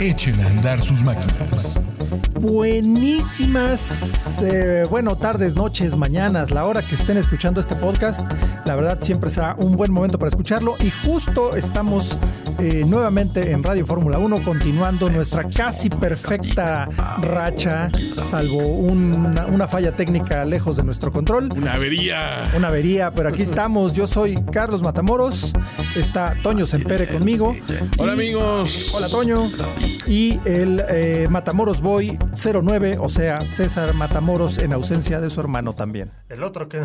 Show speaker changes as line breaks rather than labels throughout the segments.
Echen a andar sus máquinas.
Buenísimas, eh, bueno, tardes, noches, mañanas, la hora que estén escuchando este podcast. La verdad siempre será un buen momento para escucharlo. Y justo estamos eh, nuevamente en Radio Fórmula 1, continuando nuestra casi perfecta racha, salvo una, una falla técnica lejos de nuestro control.
Una avería.
Una avería, pero aquí estamos. Yo soy Carlos Matamoros, está Toño Sempere conmigo.
Hola
Y-
amigos.
Hola Toño. Y el eh, Matamoros Boy 09, o sea, César Matamoros en ausencia de su hermano también.
El otro que,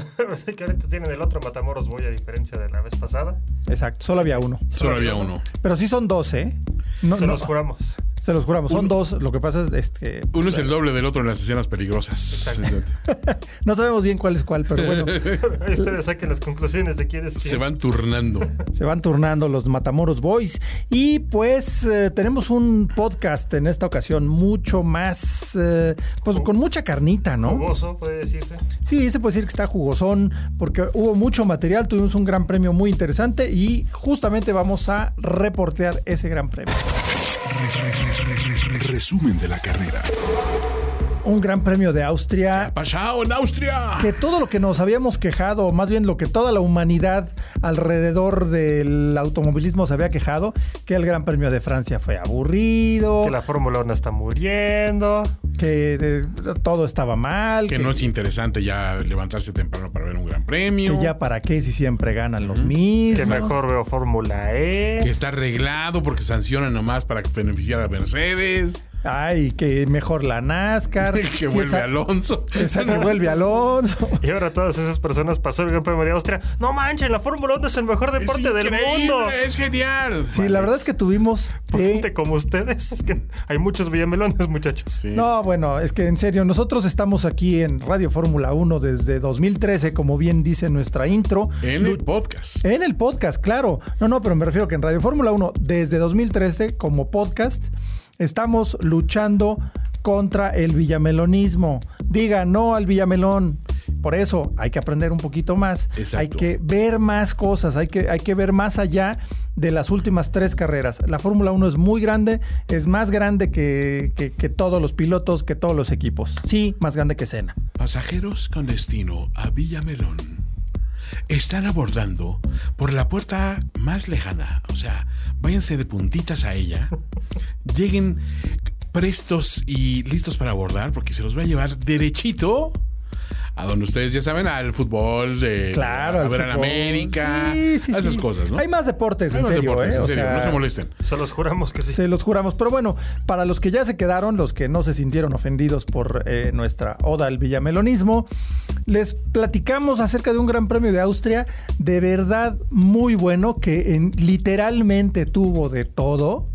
que ahorita tienen el otro Matamoros voy a diferencia de la vez pasada.
Exacto, solo había uno.
Solo había uno.
Pero sí son dos, ¿eh? No,
Se
no,
los juramos.
se los juramos, son dos. Lo que pasa es este,
Uno es el doble del otro en las escenas peligrosas.
no sabemos bien cuál es cuál, pero bueno,
Ahí Ustedes saquen las conclusiones de quién es quién.
Se van turnando.
se van turnando los Matamoros Boys. Y pues eh, tenemos un podcast en esta ocasión mucho más, eh, pues con mucha carnita, ¿no?
Jugoso, puede decirse.
Sí, se puede decir que está jugosón porque hubo mucho material, tuvimos un gran premio muy interesante y justamente vamos a reportear ese gran premio.
Resumen de la carrera.
Un gran premio de Austria
¡Pasao en Austria!
que todo lo que nos habíamos quejado, o más bien lo que toda la humanidad alrededor del automovilismo se había quejado, que el Gran Premio de Francia fue aburrido,
Que
que,
la Fórmula 1 está muriendo.
eh, todo estaba mal,
Que no es interesante ya levantarse temprano para ver un gran premio.
que
Que,
ya para qué si siempre ganan los
Que
mismos.
mejor veo Fórmula E.
está arreglado porque sancionan nomás para beneficiar a Mercedes.
Ay, que mejor la NASCAR.
Que
Si
vuelve
esa-
Alonso.
esa que vuelve Alonso.
Y ahora todas esas personas pasó el Gran Premio de Austria. No manchen, la Fórmula 1 es el mejor
Es
deporte del
increíble,
mundo.
Es genial.
Sí, la verdad es que tuvimos. eh, de-
Gente como ustedes, es que hay muchos villamelones, muchachos.
Sí.
No, bueno, es que en serio, nosotros estamos aquí en Radio Fórmula 1 desde 2013, como bien dice nuestra intro.
En el podcast.
En el podcast, claro. No, no, pero me refiero que en Radio Fórmula 1 desde 2013, como podcast, estamos luchando contra el villamelonismo. Diga no al villamelón. Por eso hay que aprender un poquito más.
Exacto.
Hay que ver más cosas, hay que, hay que ver más allá de las últimas tres carreras. La Fórmula 1 es muy grande, es más grande que, que- que todos los pilotos, que todos los equipos. Sí, más grande que Cena.
Pasajeros con destino a Villamelón están abordando por la puerta más lejana. O sea, váyanse de puntitas a ella. Lleguen prestos y listos para abordar porque se los va a llevar derechito a donde ustedes ya saben, al fútbol, de,
Claro,
a
al
ver al
fútbol.
América,
Sí, sí,
a esas
sí.
cosas, ¿no?
Hay más deportes,
Hay
en
más
serio,
deportes,
¿eh?
en
O
serio, no
sea,
se molesten.
Se los juramos que sí.
Se los juramos. Pero bueno, para los que ya se quedaron, los que no se sintieron ofendidos por eh, nuestra oda al villamelonismo, les platicamos acerca de un gran premio de Austria de verdad muy bueno que en- literalmente tuvo de todo.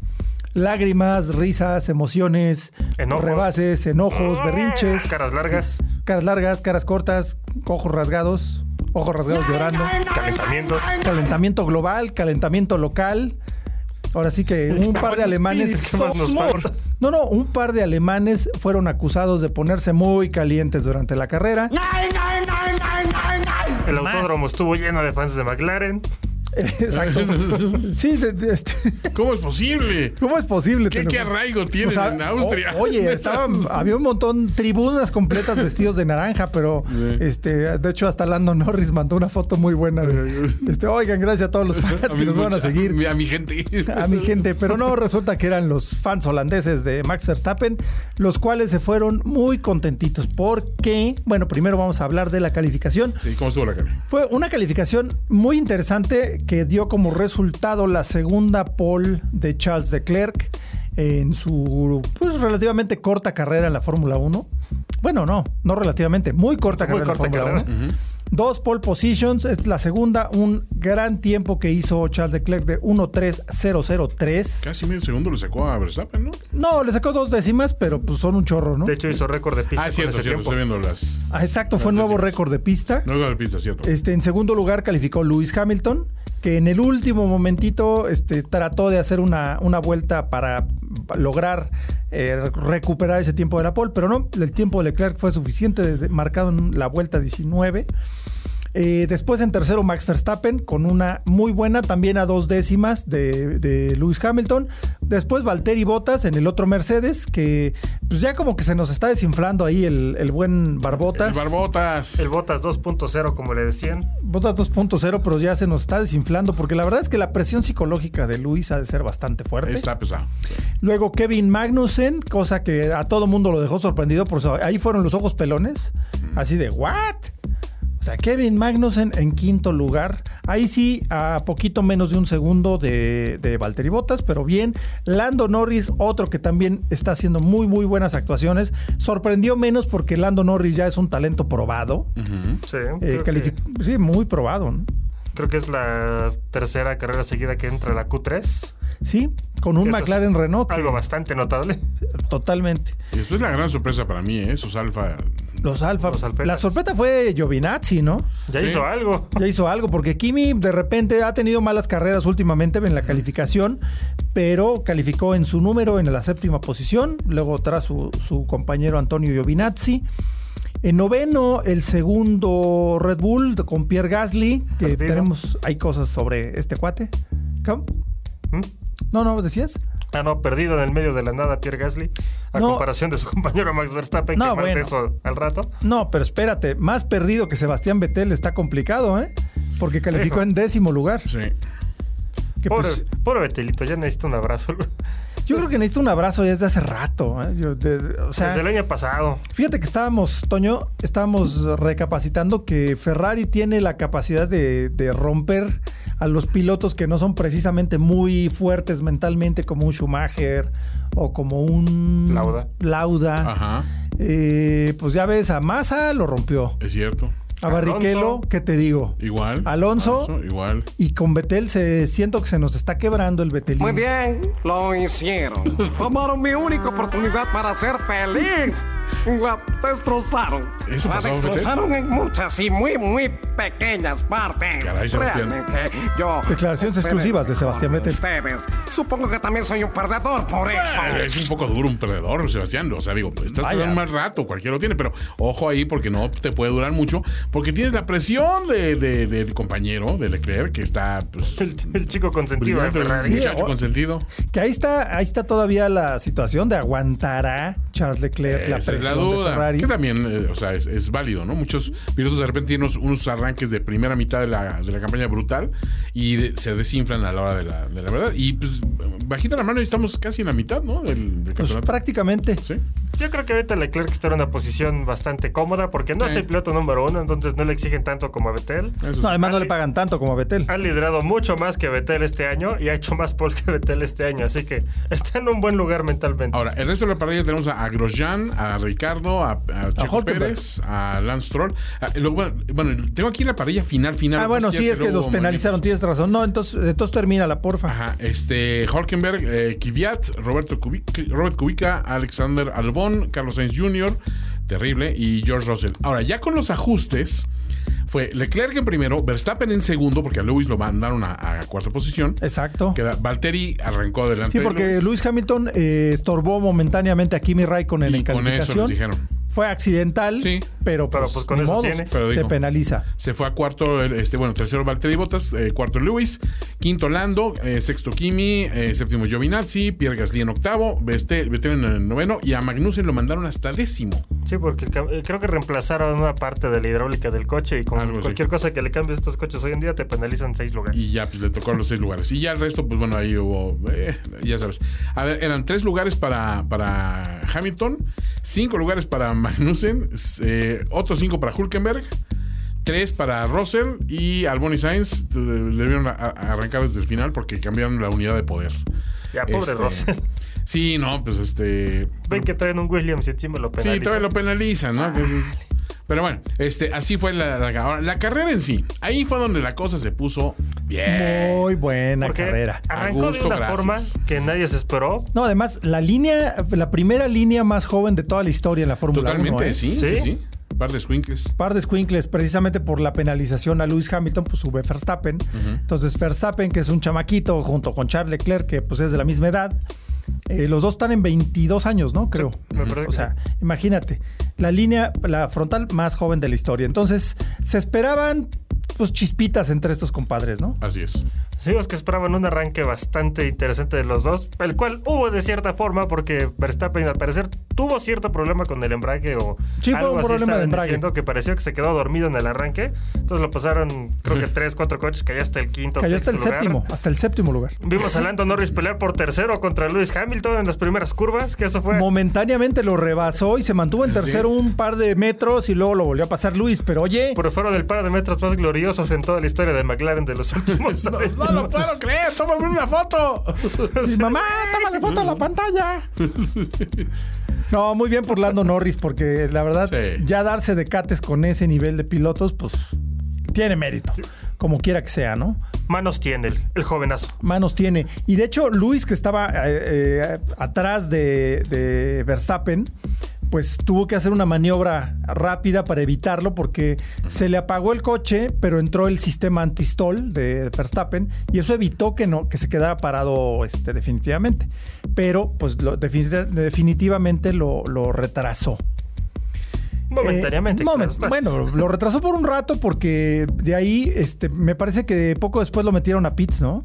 Lágrimas, risas, emociones,
Enojos. Mm.
rebases, enojos, berrinches,
Caras largas,
caras largas, caras cortas, ojos rasgados, ojos rasgados llorando,
calentamientos.
calentamiento global, calentamiento local. Ahora sí que un par de alemanes
¿Qué más nos falta?
no, no, un par de alemanes fueron acusados de ponerse muy calientes durante la carrera.
El autódromo estuvo lleno de fans de McLaren.
Exacto. Sí, de- de- este,
¿Cómo es posible?
¿cómo es posible?
¿Qué,
Tenoch?
qué arraigo tienen
O sea,
en Austria?
o- oye, estaban, había un montón tribunas completas vestidos de naranja, pero este, de hecho hasta Lando Norris mandó una foto muy buena de este, oigan, gracias a todos los
A
fans que
mis
nos van a
mucha-
seguir.
A mi gente.
a mi gente, pero no, resulta que eran los fans holandeses de Max Verstappen, los cuales se fueron muy contentitos porque, bueno, primero vamos a hablar de la calificación.
Sí, ¿cómo estuvo la carne?
Fue una calificación muy interesante que dio como resultado la segunda pole de Charles Leclerc en su pues, relativamente corta carrera en la Fórmula 1. Bueno, no, no relativamente, muy corta
Muy
carrera
corta
en la Fórmula
carrera.
1. Dos pole positions, es la segunda, un gran tiempo que hizo Charles Leclerc de 1.3003.
Casi medio segundo lo sacó a Verstappen, ¿no?
No, le sacó dos décimas, pero pues son un chorro, ¿no?
De hecho, hizo récord de pista
Ah,
con
cierto,
ese
cierto.
tiempo.
Estoy viendo las.
Ah, Exacto, fue
las
nuevo
décimas.
récord de pista.
Nuevo de pista, cierto.
Este, en segundo lugar calificó Lewis Hamilton, que en el último momentito este, trató de hacer una, una vuelta para lograr eh, recuperar ese tiempo de la pole, pero no, el tiempo de Leclerc fue suficiente, desde- marcado en la vuelta 19. Eh, después en tercero Max Verstappen con una muy buena, también a dos décimas de, de Lewis Hamilton. Después Valtteri Bottas en el otro Mercedes, que pues ya como que se nos está desinflando ahí el, el buen Barbotas.
El Barbotas.
El Botas 2.0, como le decían.
Botas 2.0, pero ya se nos está desinflando porque la verdad es que la presión psicológica de Luis ha de ser bastante fuerte.
Está pues, ah, pesado.
Luego Kevin Magnussen, cosa que a todo mundo lo dejó sorprendido, por eso ahí fueron los ojos pelones, así de ¿what? O sea, Kevin Magnussen en quinto lugar. Ahí sí, a poquito menos de un segundo de, de Valtteri Bottas, pero bien. Lando Norris, otro que también está haciendo muy, muy buenas actuaciones. Sorprendió menos porque Lando Norris ya es un talento probado.
¿Mm?
Sí,
Eh,
creo, que,
calific- Sí, muy probado. ¿no?
creo que es la tercera carrera seguida que entra a la Q3.
Sí, con un
Eso es
McLaren Renault.
Algo bastante notable.
Totalmente.
Y después la gran sorpresa para mí, ¿eh? Esos alfa.
Los Alfa.
Los Alfetas.
la sorpresa fue Giovinazzi, ¿no?
Ya
Sí.
hizo algo.
Ya hizo algo, porque Kimi de repente ha tenido malas carreras últimamente en la calificación, pero calificó en su número en la séptima posición, luego tras su, su compañero Antonio Giovinazzi. En noveno, el segundo Red Bull con Pierre Gasly, que
Partido.
tenemos, hay cosas sobre este cuate. ¿Cómo?
¿Mm?
No, no, decías.
Ah, no, perdido en el medio de la nada Pierre Gasly. A
No.
comparación de su compañero Max Verstappen,
No,
que más
bueno.
de eso al rato.
No, pero espérate, más perdido que Sebastián Vettel está complicado, ¿eh? Porque calificó
Hijo.
en décimo lugar.
Sí.
que,
Pobre,
pues,
pobre Betelito, ya necesita un abrazo.
yo creo que necesito un abrazo ya desde hace rato. ¿eh? Yo, de- o sea,
Desde el año pasado.
fíjate que estábamos, Toño, estábamos recapacitando que Ferrari tiene la capacidad de, de romper a los pilotos que no son precisamente muy fuertes mentalmente, como un Schumacher o como un
Lauda.
Lauda.
Ajá.
Eh, pues ya ves, a Massa lo rompió.
Es cierto.
A Barrichello,
Alonso.
¿qué te digo?
Igual.
Alonso.
Igual.
Y con Betel se siento que se nos está quebrando el Betelín.
Muy bien, lo hicieron. Tomaron mi única oportunidad para ser feliz. La destrozaron.
¿Eso
la
pasó, Betel?
destrozaron en muchas y muy, muy pequeñas partes.
Caray, Sebastián.
Realmente, yo.
Declaraciones
ustedes-
exclusivas de Sebastián
con
Vettel.
Ustedes. Supongo que también soy un perdedor por eso.
Ah, Es un poco duro un perdedor, Sebastián. O sea, digo, estás
Vaya.
tardando más rato, cualquiera lo tiene, pero ojo ahí porque no te puede durar mucho, porque tienes la presión de, de- del compañero, de Leclerc, que está, pues,
El, el chico consentido de
brillante,
Ferrari.
un muchacho
o-
consentido.
Que ahí está, ahí está todavía la situación de aguantará Charles Leclerc la
Esa
presión
es la
de
duda.
Ferrari.
Que también, eh, o sea, es, es válido, ¿no? Muchos pilotos de repente tienen unos, unos arranques de primera mitad de la, de la campaña brutal y de- se desinflan a la hora de la, de la verdad. Y pues, bajita la mano y estamos casi en la mitad, ¿no? Del, del
Pues
campeonato.
prácticamente.
Sí.
Yo creo que ahorita Leclerc está en una posición bastante cómoda porque no es
Sí.
el piloto número uno, entonces no le exigen tanto como a Betel.
Eso
No,
sí. Ah,
además no
Ah,
le pagan tanto como a Betel. Ah,
Ha liderado mucho más que Betel este año y ha hecho más pole que Betel este año, así que está en un buen lugar mentalmente.
Ahora, el resto de la parrilla tenemos a, a Grosjean, a Ricardo, a, a Checo
Hülkenberg.
Pérez, a Lance Troll. A- lo- bueno, tengo aquí la parrilla final, final.
Ah, bueno,
Pues,
sí,
ya
es
se
que
luego
los penalizaron, tienes razón. No, entonces, entonces termina la porfa.
Ajá, este, Holkenberg, eh, Kvyat, Roberto Kubica, Robert Kubica, Alexander Albón, Carlos Sainz Jr., terrible, y George Russell. Ahora, ya con los ajustes, fue Leclerc en primero, Verstappen en segundo, porque a Lewis lo mandaron a, a cuarta posición.
Exacto.
Queda, Valtteri arrancó adelante.
Sí,
de
porque
Lewis,
Luis Hamilton eh, estorbó momentáneamente a Kimi Raikkonen
Y
en
con eso
calificación.
nos dijeron.
Fue accidental,
Sí.
pero, pues,
Pero, pues, con
ni
eso
modos,
tiene.
Pero
se
digo-
penaliza.
Se fue a cuarto, el- este, bueno, tercero Valtteri Bottas, eh, cuarto Lewis, quinto Lando, eh, sexto Kimi, eh, séptimo Giovinazzi, Pierre Gasly en octavo, Veste- Vettel en el noveno y a Magnussen lo mandaron hasta décimo.
Sí, porque ca- eh, creo que reemplazaron una parte de la hidráulica del coche y con
Algo así.
cualquier cosa que le cambies a estos coches hoy en día te penalizan seis lugares.
Y ya pues, le tocó a los seis lugares. Y ya el resto, pues bueno, ahí hubo, eh, ya sabes. A ver, eran tres lugares para, para Hamilton, cinco lugares para Magnussen, eh, otros cinco para Hulkenberg. Tres para Russell y Albon y Sainz eh, debieron a- a- arrancar desde el final porque cambiaron la unidad de poder.
Ya, pobre
Este,
Russell.
Sí, no, pues este.
Ven que traen un Williams y encima lo
Sí,
penalizan.
todavía lo penalizan, ¿no? Que es- Pero bueno, este, así fue la, la, ahora, la carrera en sí. Ahí fue donde la cosa se puso
Eh,
bien.
Muy buena
Porque
carrera.
arrancó de
Augusto,
una
gracias.
forma que nadie se esperó.
No, además, la línea, la primera línea más joven de toda la historia en la Fórmula 1.
Totalmente,
¿eh?
sí, sí,
¿Sí?
sí. Un par de squinkles.
Par de squinkles, precisamente por la penalización a Lewis Hamilton, pues sube Verstappen. Entonces, Verstappen, que es un chamaquito, junto con Charles Leclerc, que pues es de la misma edad. eh, los dos están en 22 años, ¿no? Creo.
me parece
o
que
sea, imagínate, la línea, la frontal más joven de la historia. Entonces, se esperaban pues chispitas entre estos compadres, ¿no?
Así es.
Sí, los que esperaban un arranque bastante interesante de los dos, el cual hubo de cierta forma porque Verstappen al parecer tuvo cierto problema con el embrague o
Sí, fue
algo
un
así
problema de
estaban
embrague.
diciendo que pareció que se quedó dormido en el arranque. Entonces lo pasaron creo que tres, cuatro coches, cayó hasta el quinto,
Cayó hasta el
sexto lugar.
séptimo, hasta el séptimo lugar.
Vimos a Lando Norris pelear por tercero contra Lewis Hamilton en las primeras curvas, que eso fue
Momentáneamente lo rebasó y se mantuvo en tercero un par de metros y luego lo volvió a pasar Luis, pero oye,
pero fueron el par de metros más gloriosos en toda la historia de McLaren de los últimos años.
No lo puedo creer, tómame una foto.
mi pues, mamá, tómale foto a la pantalla. No, muy bien por Lando Norris, porque la verdad,
Sí.
ya darse de cates con ese nivel de pilotos, pues tiene mérito, como quiera que sea, ¿no?
Manos tiene el, el jovenazo.
manos tiene. Y de hecho, Luis, que estaba eh, eh, atrás de, de Verstappen, pues tuvo que hacer una maniobra rápida para evitarlo porque se le apagó el coche, pero entró el sistema antistol de Verstappen y eso evitó que no que se quedara parado este, definitivamente. Pero pues lo- definit- definitivamente lo, lo retrasó.
Momentáneamente.
Eh,
claro
momen-
está.
bueno, lo retrasó por un rato porque de ahí este, me parece que poco después lo metieron a pits, ¿no?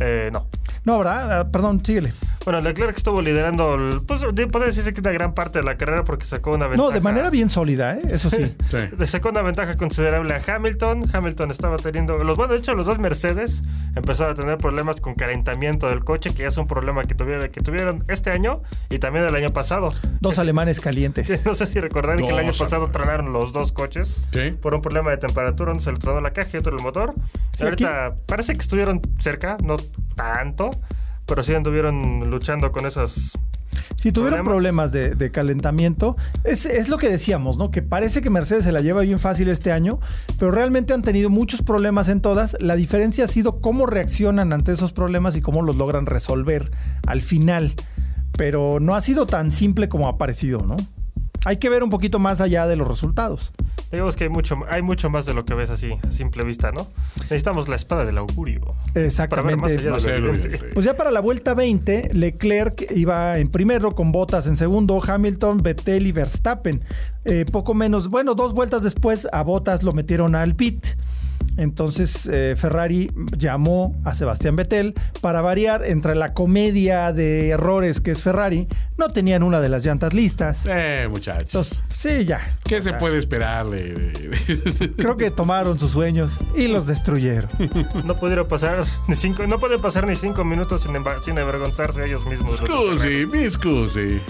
Eh, no.
No, ¿verdad? Ah, Perdón, síguele.
Bueno, Leclerc estuvo liderando, el- pues de- podría decirse que una gran parte de la carrera porque sacó una ventaja.
No, de manera bien sólida, ¿eh? eso sí.
Sí.
Le sacó una ventaja considerable a Hamilton. Hamilton estaba teniendo. Los, bueno, de hecho, los dos Mercedes empezaron a tener problemas con calentamiento del coche, que ya es un problema que tuvieron, que tuvieron este año y también el año pasado.
Dos alemanes calientes.
No sé si recordarán que el año
Dos
pasado
alemanes.
tronaron los dos coches
Sí.
por un problema de temperatura. Uno se le tronó la caja y otro el motor.
Sí,
ahorita parece que estuvieron cerca, no tanto, pero sí anduvieron luchando con esas
Si tuvieron problemas
Problemas.
de, de calentamiento, es, es lo que decíamos, ¿no? Que parece que Mercedes se la lleva bien fácil este año, pero realmente han tenido muchos problemas en todas. La diferencia ha sido cómo reaccionan ante esos problemas y cómo los logran resolver al final. Pero no ha sido tan simple como ha parecido, ¿no? Hay que ver un poquito más allá de los resultados.
Digamos que hay mucho, hay mucho más de lo que ves así, a simple vista, ¿no? Necesitamos la espada del augurio.
Exactamente.
Para ver
No
más
sé,
allá de lo
lo
evidente.
evidente.
Pues ya para la vuelta 20, Leclerc iba en primero con Bottas en segundo, Hamilton, Vettel y Verstappen. Eh, poco menos, bueno, dos vueltas después a Bottas lo metieron al pit. Entonces eh, Ferrari llamó a Sebastián Vettel para variar entre la comedia de errores que es Ferrari. No tenían una de las llantas listas.
Eh, muchachos.
Entonces, sí, ya.
¿Qué se puede esperar de- de- de-
Creo que tomaron sus sueños y los destruyeron.
No pudieron pasar ni cinco, no pueden pasar ni cinco minutos sin, emba- sin avergonzarse ellos mismos. de lo que ocurre.
Scusi, mi scusi.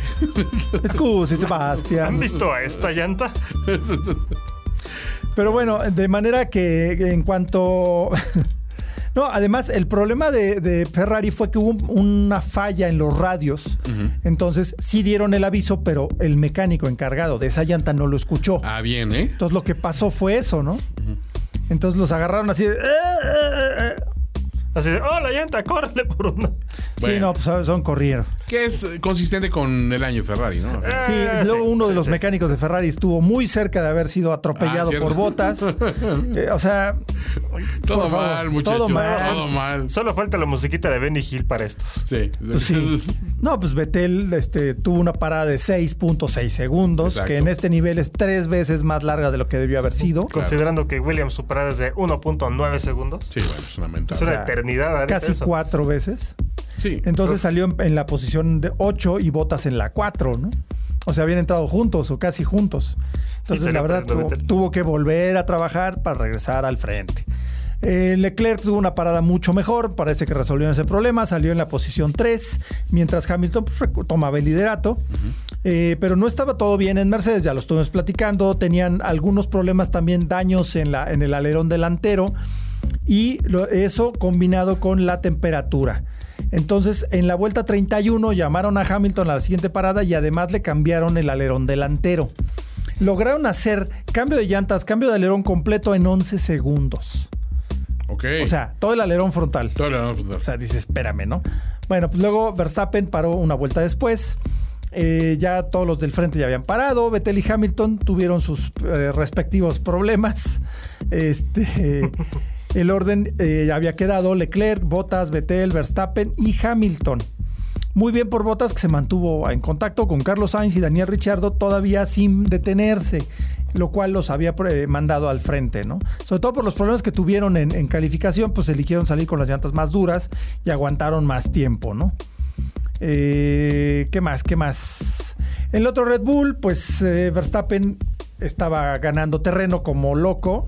Excuse,
¿Han
Sebastián.
visto a esta llanta?
Pero bueno, de manera que en cuanto... No, además el problema de, de Ferrari fue que hubo un- una falla en los radios. Entonces sí dieron el aviso, pero el mecánico encargado de esa llanta no lo escuchó.
Ah, bien, ¿eh?
Entonces lo que pasó fue eso, ¿no? Entonces los agarraron así de... "Eh, eh, eh, eh".
Así de, oh, la llanta, córrele por una.
Sí,
Bueno.
no, pues son- son corrieron.
Que es eh, consistente con el año Ferrari, ¿no?
Sí,
Eh,
luego
sí,
uno de
sí,
los
sí.
mecánicos de Ferrari estuvo muy cerca de haber sido
Ah,
atropellado
cierto.
por botas. Eh, o sea,
Todo
por favor,
mal, muchachos.
todo mal.
Todo mal.
Solo falta la musiquita de Benny Hill para estos.
Sí.
Pues sí. No, pues Betel este, tuvo una parada de 6.6 segundos,
Exacto.
que en este nivel es tres veces más larga de lo que debió haber sido.
Considerando que Williams su parada es de 1.9 segundos.
Sí, bueno, es
Es
lamentable.
una
sea,
eternidad. ahorita
Casi
eso.
cuatro veces.
Sí.
Entonces salió en, en la posición de 8 y botas en la 4, ¿no? O sea, habían entrado juntos o casi juntos.
Y
Entonces,
salió
la verdad,
perdiendo
tuvo,
Vettel.
tuvo que volver a trabajar para regresar al frente. Eh, Leclerc tuvo una parada mucho mejor, parece que resolvió ese problema, salió en la posición 3, mientras Hamilton pues, recu- tomaba el liderato. Eh, pero no estaba todo bien en Mercedes, ya lo estuvimos platicando, tenían algunos problemas también, daños en, la, en el alerón delantero y lo- eso combinado con la temperatura. Entonces, en la vuelta 31 llamaron a Hamilton a la siguiente parada y además le cambiaron el alerón delantero. lograron hacer cambio de llantas, cambio de alerón completo en 11 segundos.
Ok.
O sea, todo el alerón frontal.
Todo lo vamos a
O
contar.
sea, dices, espérame, ¿no? Bueno, pues luego Verstappen paró una vuelta después. Eh, ya todos los del frente ya habían parado. Vettel y Hamilton tuvieron sus eh, respectivos problemas. Este, el orden eh, había quedado Leclerc, Bottas, Vettel, Verstappen y Hamilton. Muy bien por Bottas que se mantuvo en contacto con Carlos Sainz y Daniel Richardo todavía sin detenerse, lo cual los había eh, mandado al frente, ¿no? Sobre todo por los problemas que tuvieron en, en calificación, pues eligieron salir con las llantas más duras y aguantaron más tiempo, ¿no? Eh, ¿Qué más? ¿Qué más? El otro Red Bull, pues eh, Verstappen estaba ganando terreno como loco.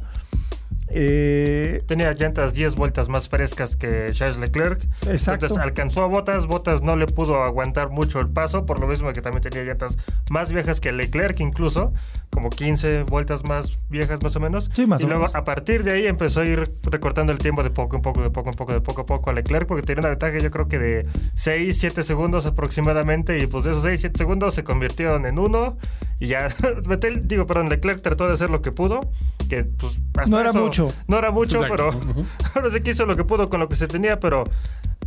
Eh,
Tenía llantas 10 vueltas más frescas que Charles Leclerc.
Exacto.
Entonces alcanzó a Botas. Botas no le pudo aguantar mucho el paso, por lo mismo que también tenía llantas más viejas que Leclerc, incluso, como 15 vueltas más viejas más o menos.
Sí, más
y
o
luego
menos.
a partir de ahí empezó a ir recortando el tiempo de poco en poco, de poco en poco, de poco a poco a Leclerc, porque tenía una ventaja yo creo que de 6, 7 segundos aproximadamente. Y pues de esos 6, 7 segundos se convirtieron en uno. Y ya, Vettel- digo, perdón, Leclerc trató de hacer lo que pudo, que pues hasta
No era
eso-
mucho.
No era mucho,
Exacto.
pero ahora sí que hizo lo que pudo con lo que se tenía, pero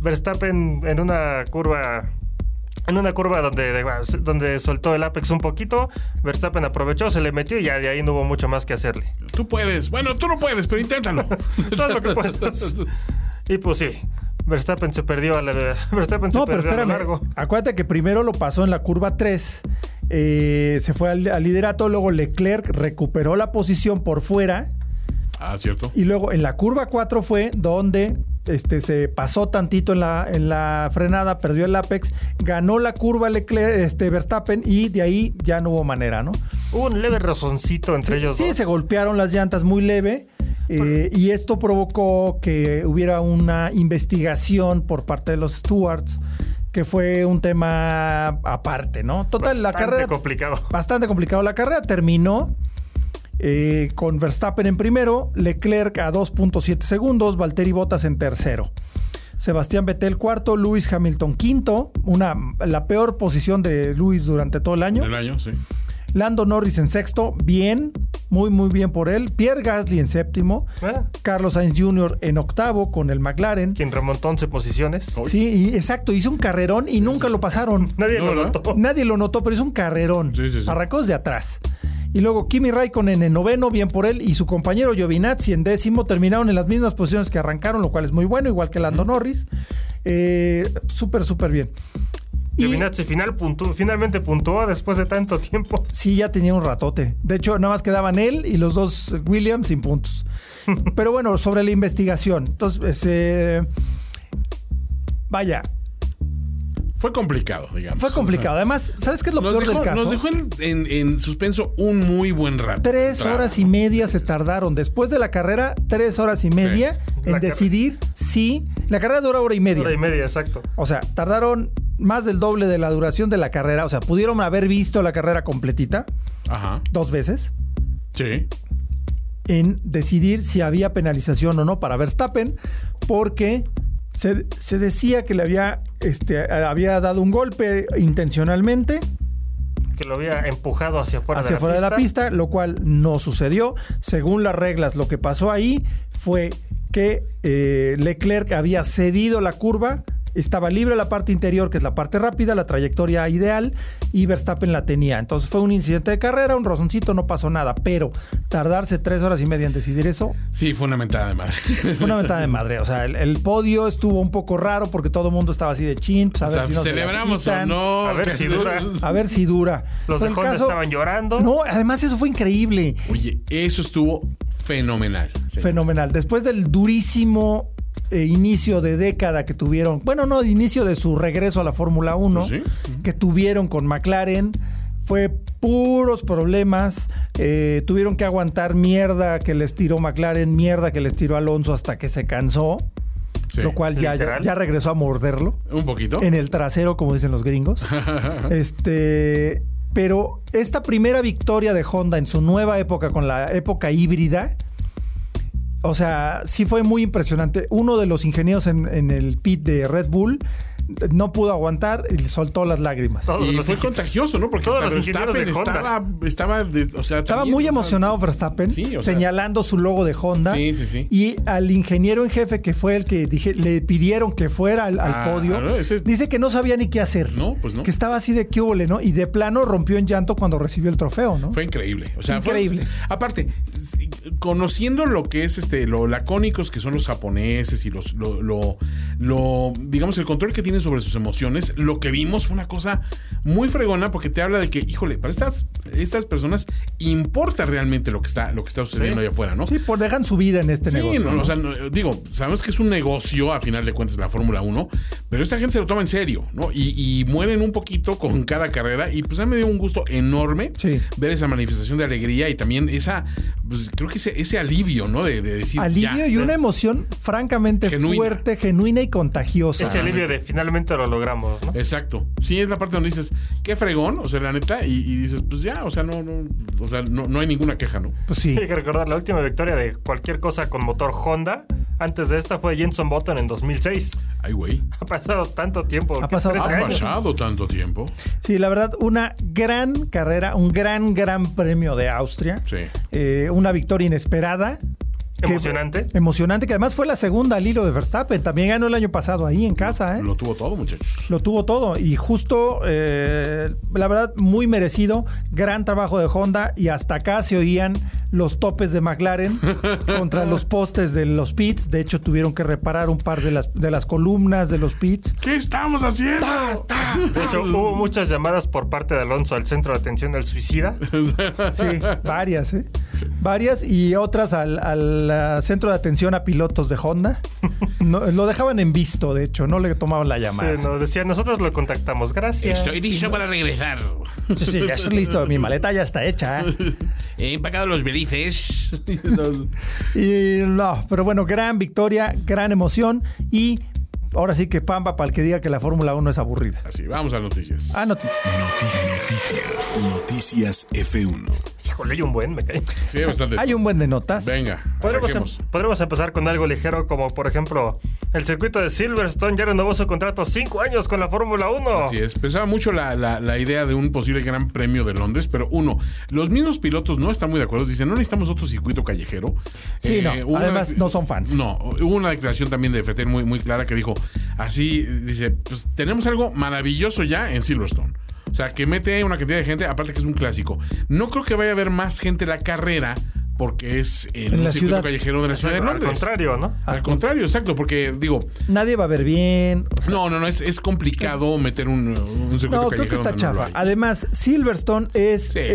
Verstappen en una curva. En una curva donde, de- donde soltó el Apex un poquito, Verstappen aprovechó, se le metió y ya de ahí no hubo mucho más que hacerle.
Tú puedes. Bueno, tú no puedes, pero inténtalo.
Todo lo que puedas. Y pues sí, Verstappen se perdió a la Verstappen se
No, pero
perdió a lo
espérame.
largo.
Acuérdate que primero lo pasó en la curva 3. eh, se fue al, al liderato, luego Leclerc recuperó la posición por fuera
Ah, cierto.
y luego en la curva 4 fue donde este, se pasó tantito en la, en la frenada, perdió el apex, ganó la curva Leclerc, este, Verstappen y de ahí ya no hubo manera, ¿no?
Hubo un leve rozoncito entre ellos
Sí,
dos.
se golpearon las llantas muy leve. eh, y esto provocó que hubiera una investigación por parte de los stewards, que fue un tema aparte, ¿no? Total, la
Bastante
carrera.
complicado.
Bastante complicado. La carrera terminó eh, con Verstappen en primero, Leclerc a 2.7 segundos, Valtteri Bottas en tercero. Sebastián Vettel cuarto, Lewis Hamilton quinto, una, la peor posición de Lewis durante todo el año.
El año, sí.
Lando Norris en sexto, bien, muy muy bien por él. Pierre Gasly en séptimo,
¿Eh?
Carlos Sainz Jr. en octavo con el McLaren.
Quien remontó 11 posiciones.
Sí, y- exacto, hizo un carrerón y nunca lo pasaron.
Nadie
No,
lo
¿verdad?
notó.
Nadie lo notó, pero hizo un carrerón.
Sí, sí, sí.
Arrancó desde atrás. Y luego Kimi Raikkonen en noveno, bien por él, y su compañero Giovinazzi en décimo terminaron en las mismas posiciones que arrancaron, lo cual es muy bueno, igual que Lando Norris. Eh, súper, súper bien. Y-
Giovinazzi este final puntu- finalmente puntuó después de tanto tiempo.
Sí, ya tenía un ratote. De hecho, nada más quedaban él y los dos eh, Williams sin puntos. Pero bueno, sobre la investigación. Entonces, eh, vaya,
Fue complicado, digamos.
fue complicado. Además, ¿sabes qué es lo
Nos
peor
dejó,
del caso?
nos dejó en, en- en suspenso un muy buen rato.
Tres
Claro.
horas y media se tardaron. Después de la carrera, tres horas y media en
La
decidir si... La carrera dura hora y media.
Hora y media, exacto.
O sea, tardaron más del doble de la duración de la carrera. O sea, pudieron haber visto la carrera completita
Ajá.
dos veces.
Sí.
en decidir si había penalización o no para Verstappen, porque se, se decía que le había, este, había dado un golpe intencionalmente
que lo había empujado hacia afuera,
hacia fuera de la pista, lo cual no sucedió. Según las reglas, lo que pasó ahí fue que eh, Leclerc había cedido la curva. Estaba libre la parte interior, que es la parte rápida, la trayectoria ideal, y Verstappen la tenía. Entonces fue un incidente de carrera, un rozoncito, no pasó nada. Pero tardarse tres horas y media en decidir eso,
Sí, fue una mentada de madre.
Fue una ventana de madre. O sea, el, el podio estuvo un poco raro porque todo el mundo estaba así de chin. pues, a
O
ver
sea,
si nos
celebramos
las
o
quitan,
no.
A ver si dura.
A ver si dura.
Los
Pero
de
el
Honda
caso-
estaban llorando.
No, además eso fue increíble.
Oye, eso estuvo fenomenal. señor.
Fenomenal. Después del durísimo eh, inicio de década que tuvieron, bueno, no, de inicio de su regreso a la Fórmula 1,
Pues sí.
que tuvieron con McLaren, fue puros problemas. eh, tuvieron que aguantar mierda que les tiró McLaren, mierda que les tiró Alonso hasta que se cansó,
Sí.
lo cual ya- ya,
Literal.
ya regresó a morderlo.
Un poquito.
en el trasero, como dicen los gringos. este, pero esta primera victoria de Honda en su nueva época, con la época híbrida, o sea, sí fue muy impresionante. Uno de los ingenieros en, en el pit de Red Bull no pudo aguantar y le soltó las lágrimas.
Todos
Y
los
fue
ingi-
contagioso, ¿no? Porque
todos
hasta
los ingenieros de
Verstappen Ah, estaba, estaba, de- o sea,
Estaba
también,
muy
o sea,
emocionado Verstappen,
sí, o sea.
señalando su logo de Honda.
Sí, sí, sí.
Y al ingeniero en jefe, que fue el que dije, le pidieron que fuera al, al
Ah,
podio,
no, ese-
dice que no sabía ni qué hacer.
No, pues no.
Que estaba así de qué huele, ¿no? Y de plano rompió en llanto cuando recibió el trofeo, ¿no?
Fue increíble. O sea, fue-
Increíble.
aparte, s- conociendo lo que es este, lo lacónicos que son los japoneses y los, lo, lo- lo- digamos, el control que tienen sobre sus emociones, lo que vimos fue una cosa muy fregona porque te habla de que, híjole, para estas, estas personas importa realmente lo que está, lo que está sucediendo allá afuera, ¿no?
Sí, pues dejan su vida en este
Sí,
negocio.
no,
¿no?
o sea, no, digo, sabemos que es un negocio, a final de cuentas, la Fórmula 1, pero esta gente se lo toma en serio, ¿no? Y, y mueren un poquito con cada carrera y pues a mí me dio un gusto enorme
Sí.
ver esa manifestación de alegría y también esa, pues creo que ese, ese alivio, ¿no? De, de decir...
Alivio
ya.
y una emoción francamente
Genuina.
fuerte, genuina y contagiosa.
Ese alivio de finalmente lo logramos, ¿no?
Exacto. Sí, es la parte donde dices, qué fregón, o sea, la neta, y, y dices, pues ya, o sea, no, no, o sea, no, no hay ninguna queja, ¿no?
Pues sí.
Hay que recordar la última victoria de cualquier cosa con motor Honda. Antes de esta fue Jenson Button en 2006.
Ay, güey.
Ha pasado tanto tiempo.
Ha
¿qué?
pasado
¿Trece
Ha
Años.
pasado tanto tiempo.
Sí, la verdad, una gran carrera, un gran, gran premio de Austria.
Sí.
Eh, una victoria inesperada. Que-
Emocionante.
emocionante, que además fue la segunda al hilo de Verstappen. También ganó el año pasado ahí en casa, ¿eh?
Lo tuvo todo, muchachos.
Lo tuvo todo y justo, eh, la verdad, muy merecido. Gran trabajo de Honda y hasta acá se oían los topes de McLaren contra los postes de los pits. De hecho, tuvieron que reparar un par de las, de las columnas de los pits.
¿Qué estamos haciendo?
De hecho, hubo muchas llamadas por parte de Alonso al centro de atención del suicida.
Sí, varias, ¿eh? Varias y otras al, al, ah, centro de atención a pilotos de Honda. No, lo dejaban en visto, de hecho, no le tomaban la llamada.
Se nos decía, nosotros lo contactamos, gracias.
Estoy listo para regresar.
Sí, sí, ya estoy listo. Mi maleta ya está hecha. ¿eh?
He empacado los belices.
Y no, pero bueno, gran victoria, gran emoción. Y ahora sí que pamba para el que diga que la Fórmula 1 es aburrida.
Así, vamos a noticias.
Ah, noticias.
Noticias. Noticias F1.
Híjole, hay un buen, me cae.
Sí, bastante.
Hay un buen de notas.
Venga,
Podremos,
arranquemos.
podremos em- empezar con algo ligero, como por ejemplo, el circuito de Silverstone ya renovó su contrato cinco años con la Fórmula 1.
Oh.
Así es. Pensaba mucho la, la- la idea de un posible gran premio de Londres, pero uno, los mismos pilotos no están muy de acuerdo. Dicen, no necesitamos otro circuito callejero.
Sí, no.
hubo
Además, no son fans.
No, hubo una declaración también de FT muy, muy clara que dijo, así, dice, pues tenemos algo maravilloso ya en Silverstone. O sea, que mete una cantidad de gente, aparte que es un clásico. No creo que vaya a haber más gente en la carrera porque es en,
En
un
la
circuito
ciudad.
callejero de la ciudad de
Al
Londres.
contrario, ¿no?
Al contrario, exacto, porque digo,
Nadie va a ver bien.
No, no, no, es, es complicado meter un, un circuito
No,
callejero
creo que está
donde no lo
chafa.
hay.
Además, Silverstone es
Sí.
el,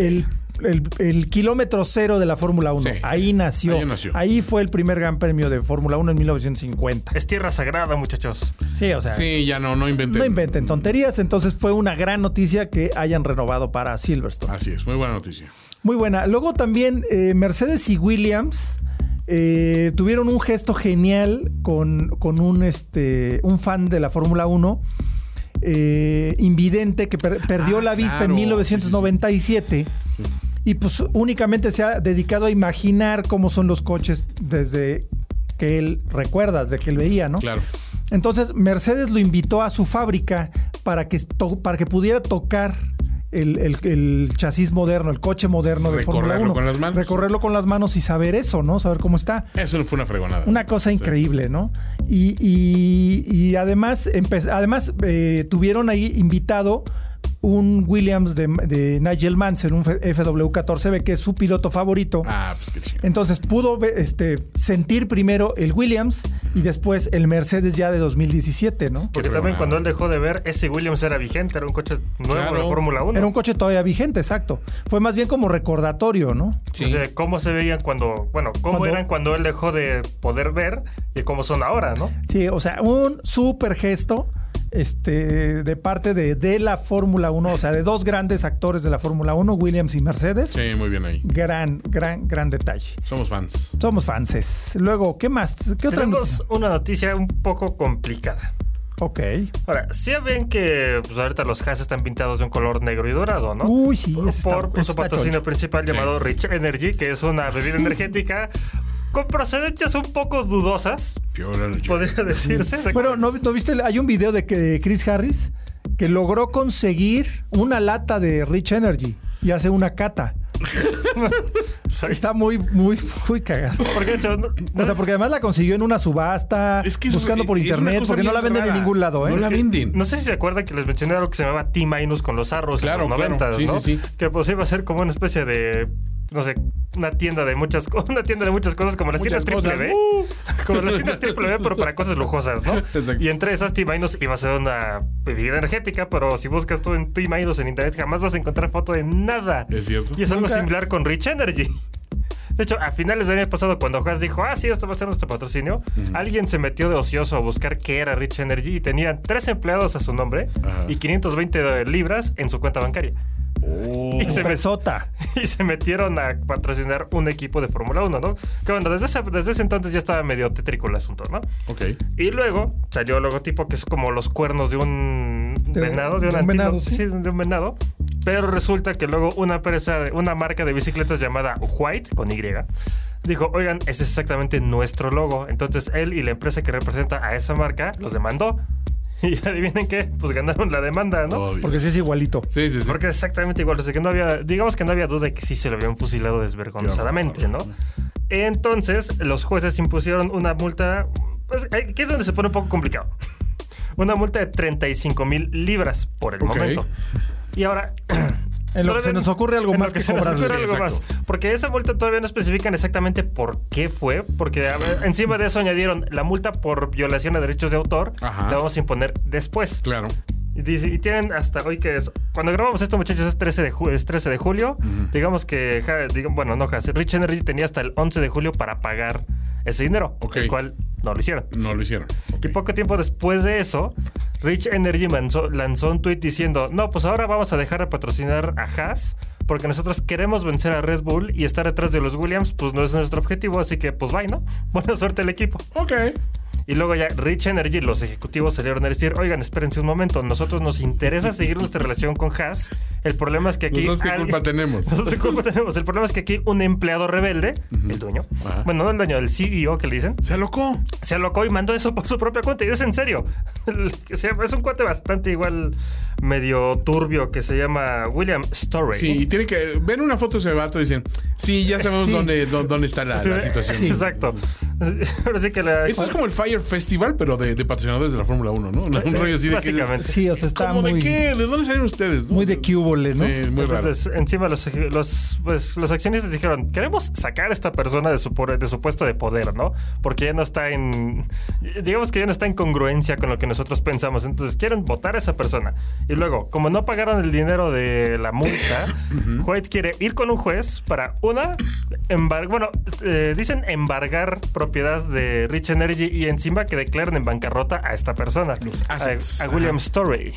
el- el kilómetro cero de la Fórmula 1.
Sí.
Ahí, nació.
Ahí nació.
Ahí fue el primer gran premio de Fórmula 1 en 1950.
Es tierra sagrada, muchachos.
Sí, o sea.
Sí, ya no, no inventen.
No inventen tonterías, entonces fue una gran noticia que hayan renovado para Silverstone.
Así es, muy buena noticia.
Muy buena. Luego también eh, Mercedes y Williams eh, tuvieron un gesto genial con, con un, este, un fan de la Fórmula 1. eh, invidente que per- perdió
Ah,
la vista
claro.
en 1997 y pues únicamente se ha dedicado a imaginar cómo son los coches desde que él recuerda, desde que él veía, ¿no?
Claro.
Entonces Mercedes lo invitó a su fábrica para que, to- para que pudiera tocar el, el- el chasis moderno, el coche moderno de Fórmula
Recorrerlo
1.
con las manos.
Recorrerlo con las manos y saber eso, ¿no? Saber cómo está.
Eso no fue una fregonada.
Una cosa
Sí.
increíble, ¿no? Y, y- y además, empe- además eh, tuvieron ahí invitado un Williams de, de Nigel Mansell, un FW14B, que es su piloto favorito.
Ah, pues qué chido.
Entonces pudo ve- este, sentir primero el Williams y después el Mercedes ya de 2017, ¿no?
Porque
Qué fregona.
también cuando él dejó de ver, ese Williams era vigente, era un coche nuevo de
Claro.
la Fórmula 1.
Era un coche todavía vigente, exacto. Fue más bien como recordatorio, ¿no?
O sea, cómo se veían cuando, bueno, cómo
Cuando-
eran cuando él dejó de poder ver y cómo son ahora, ¿no?
Sí, o sea, un súper gesto este, de parte de, de la Fórmula 1, o sea, de dos grandes actores de la Fórmula 1, Williams y Mercedes.
Sí, muy bien ahí.
Gran, gran, gran detalle.
Somos fans.
Somos fanses. Luego, ¿qué más? ¿Qué otra
Tenemos
noticia?
una noticia un poco complicada.
Ok.
Ahora, sí ven que pues, ahorita los Haas están pintados de un color negro y dorado, ¿no?
Uy, sí,
Por,
ese está-
por
ese
su
está
patrocinio
choncho.
principal llamado Rich Energy, que es una bebida energética con procedencias un poco dudosas,
Piola la chica.
podría decirse.
Bueno, ¿no, no viste? Hay un video de que Chris Harris que logró conseguir una lata de Rich Energy y hace una cata. Está muy, muy, muy cagado.
porque de hecho, no- no
O sea,
es-
porque además la consiguió en una subasta,
Es que eso-
buscando por
es una
internet,
cosa
porque no
bien
la venden en
rara.
ningún lado, ¿eh?
No la venden.
No sé si se acuerdan que les mencioné algo que se llamaba T-Minus con los arros
Claro,
en los
claro.
noventas,
Sí,
¿no?
sí, sí.
Que pues iba a ser como una especie de, no sé, una tienda de muchas co- una tienda de muchas cosas, como las
Muchas
tiendas triple B.
cosas. Uh,
Como las tiendas triple B, pero para cosas lujosas, ¿no?
Exacto.
Y entre esas T-Minus iba a ser una bebida energética, pero si buscas tú en T-Minus en internet jamás vas a encontrar foto de nada.
Es cierto.
Y es algo
Nunca.
similar con Rich Energy. De hecho, a finales del año pasado, cuando Haas dijo, ah, sí, esto va a ser nuestro patrocinio, alguien se metió de ocioso a buscar qué era Rich Energy y tenían tres empleados a su nombre
Ajá.
y 520 de libras en su cuenta bancaria.
Oh.
Y, se met-
Presota.
y se metieron a patrocinar un equipo de Fórmula 1, ¿no? Que bueno, desde ese, desde ese entonces ya estaba medio tétrico el asunto, ¿no?
Ok.
Y luego salió el logotipo que es como los cuernos de un
De-
venado, de,
de
un
un venado,
venado,
sí.
de un venado. Pero resulta que luego una empresa, de- una marca de bicicletas llamada White con Y, dijo, oigan, ese es exactamente nuestro logo. Entonces él y la empresa que representa a esa marca los demandó. Y adivinen qué, pues ganaron la demanda, ¿no?
Obvio.
Porque sí es igualito.
Sí, sí, sí.
Porque es exactamente igual. Así que no había, digamos que no había duda de que sí se lo habían fusilado desvergonzadamente, ¿no? Entonces, los jueces impusieron una multa. Pues aquí es donde se pone un poco complicado. Una multa de 35 mil libras por el
Ok.
momento. Y ahora.
En lo que
todavía-
se nos ocurre algo
en
más
lo
que,
que se nos
cobrarle.
ocurre algo más.
exacto.
Porque esa multa todavía no especifican exactamente por qué fue. Porque a ver, encima de eso añadieron la multa por violación a derechos de autor.
Ajá.
La vamos a imponer después.
Claro.
Y, dice- y tienen hasta hoy que es. Cuando grabamos esto, muchachos, es 13 de, ju- es 13 de julio. Digamos que. ja- diga- bueno, no, Has- Rich Energy tenía hasta el 11 de julio para pagar ese dinero.
Ok.
El cual no lo hicieron.
No lo hicieron.
Y poco tiempo después de eso, Rich Energy lanzó, lanzó un tweet diciendo: No, pues ahora vamos a dejar de patrocinar a Haas. Porque nosotros queremos vencer a Red Bull y estar detrás de los Williams, pues no es nuestro objetivo, así que pues bye, ¿no? Buena suerte al equipo.
Ok.
Y luego ya Rich Energy, los ejecutivos salieron a decir, oigan, espérense un momento, nosotros nos interesa seguir nuestra relación con Haas. El problema es que aquí...
Nosotros qué
alguien-
culpa tenemos.
Nosotros qué culpa tenemos. El problema es que aquí un empleado rebelde, el dueño,
Ajá.
bueno, no el dueño, el CEO que le dicen,
Se alocó.
se alocó y mandó eso por su propia cuenta. Y es en serio. El que se llama- Es un cuate bastante igual medio turbio que se llama William Storey.
Sí, y tiene que ver una foto de ese vato y dicen, sí, ya sabemos
Sí.
dónde, dó- dónde está la,
Sí,
la situación.
sí, Exacto. Ahora sí que la...
Esto es como el Fire Festival, pero de, de patrocinadores de la Fórmula 1, ¿no? Un rollo así de que dices,
Básicamente.
Sí, o sea, está
¿Cómo de
muy,
qué? ¿De dónde salieron ustedes? no?
muy de cúbole, ¿no?
Sí, muy raro.
Entonces, encima los, los, pues, los accionistas dijeron, queremos sacar a esta persona de su, por- de su puesto de poder, ¿no? Porque ya no está en, digamos que ya no está en congruencia con lo que nosotros pensamos. Entonces, quieren votar a esa persona. Y luego, como no pagaron el dinero de la multa, White quiere ir con un juez para, una, embar- bueno, eh, dicen embargar propiedad de Rich Energy y encima que declaren en bancarrota a esta persona,
Los assets.
a, a William Story.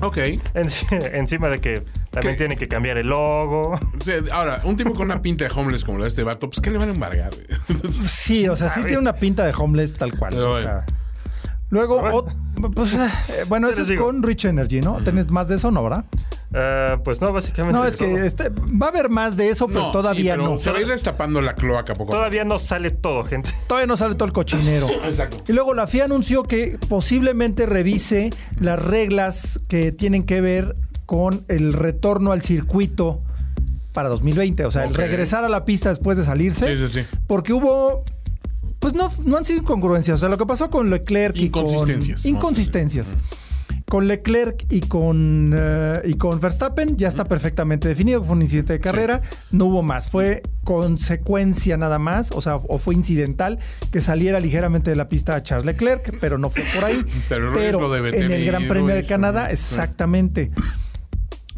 Ok.
En- encima de que también
¿Qué?
tiene que cambiar el logo.
O sea, ahora, un tipo con una pinta de homeless como la de este vato, pues ¿qué le van a embargar?
Sí, o sea, sí
sabe.
tiene una pinta de homeless tal cual.
Pero
o
bueno.
sea. Luego,
Pero
ot- pues, eh, bueno,
¿Qué
eso
les
es
digo?
con Rich Energy, ¿no? Tenés más de eso, ¿no, verdad?
Ah, pues no, básicamente.
No,
de
es que
todo.
este, va a haber más de eso, pero
sí,
todavía
pero
no.
Se va a ir destapando la cloaca poco a poco.
Todavía no sale todo, gente.
Todavía no sale todo el cochinero.
Exacto.
Y luego la FIA anunció que posiblemente revise las reglas que tienen que ver con el retorno al circuito para 2020, o sea, el
Ok.
regresar a la pista después de salirse.
Sí, sí, sí.
Porque hubo pues no, no han sido incongruencias, o sea, lo que pasó con Leclerc y con-
Inconsistencias.
inconsistencias. Con Leclerc y con eh, y con Verstappen ya está perfectamente definido, fue un incidente de carrera, no hubo más, fue consecuencia nada más, o sea, o fue incidental que saliera ligeramente de la pista a Charles Leclerc, pero no fue por ahí.
Pero no es lo de
en el Gran
Vettel,
Premio de
eso,
Canadá,
¿no?
exactamente.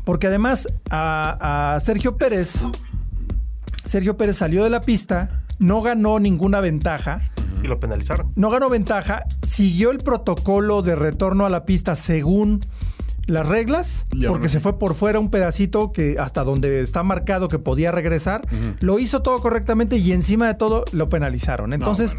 Porque además a, a Sergio Pérez, Sergio Pérez salió de la pista, no ganó ninguna ventaja,
Y lo penalizaron.
no ganó ventaja, siguió el protocolo de retorno a la pista según las reglas,
Y aún
porque
así.
se fue por fuera un pedacito que hasta donde está marcado que podía regresar, lo hizo todo correctamente y encima de todo lo penalizaron. Entonces,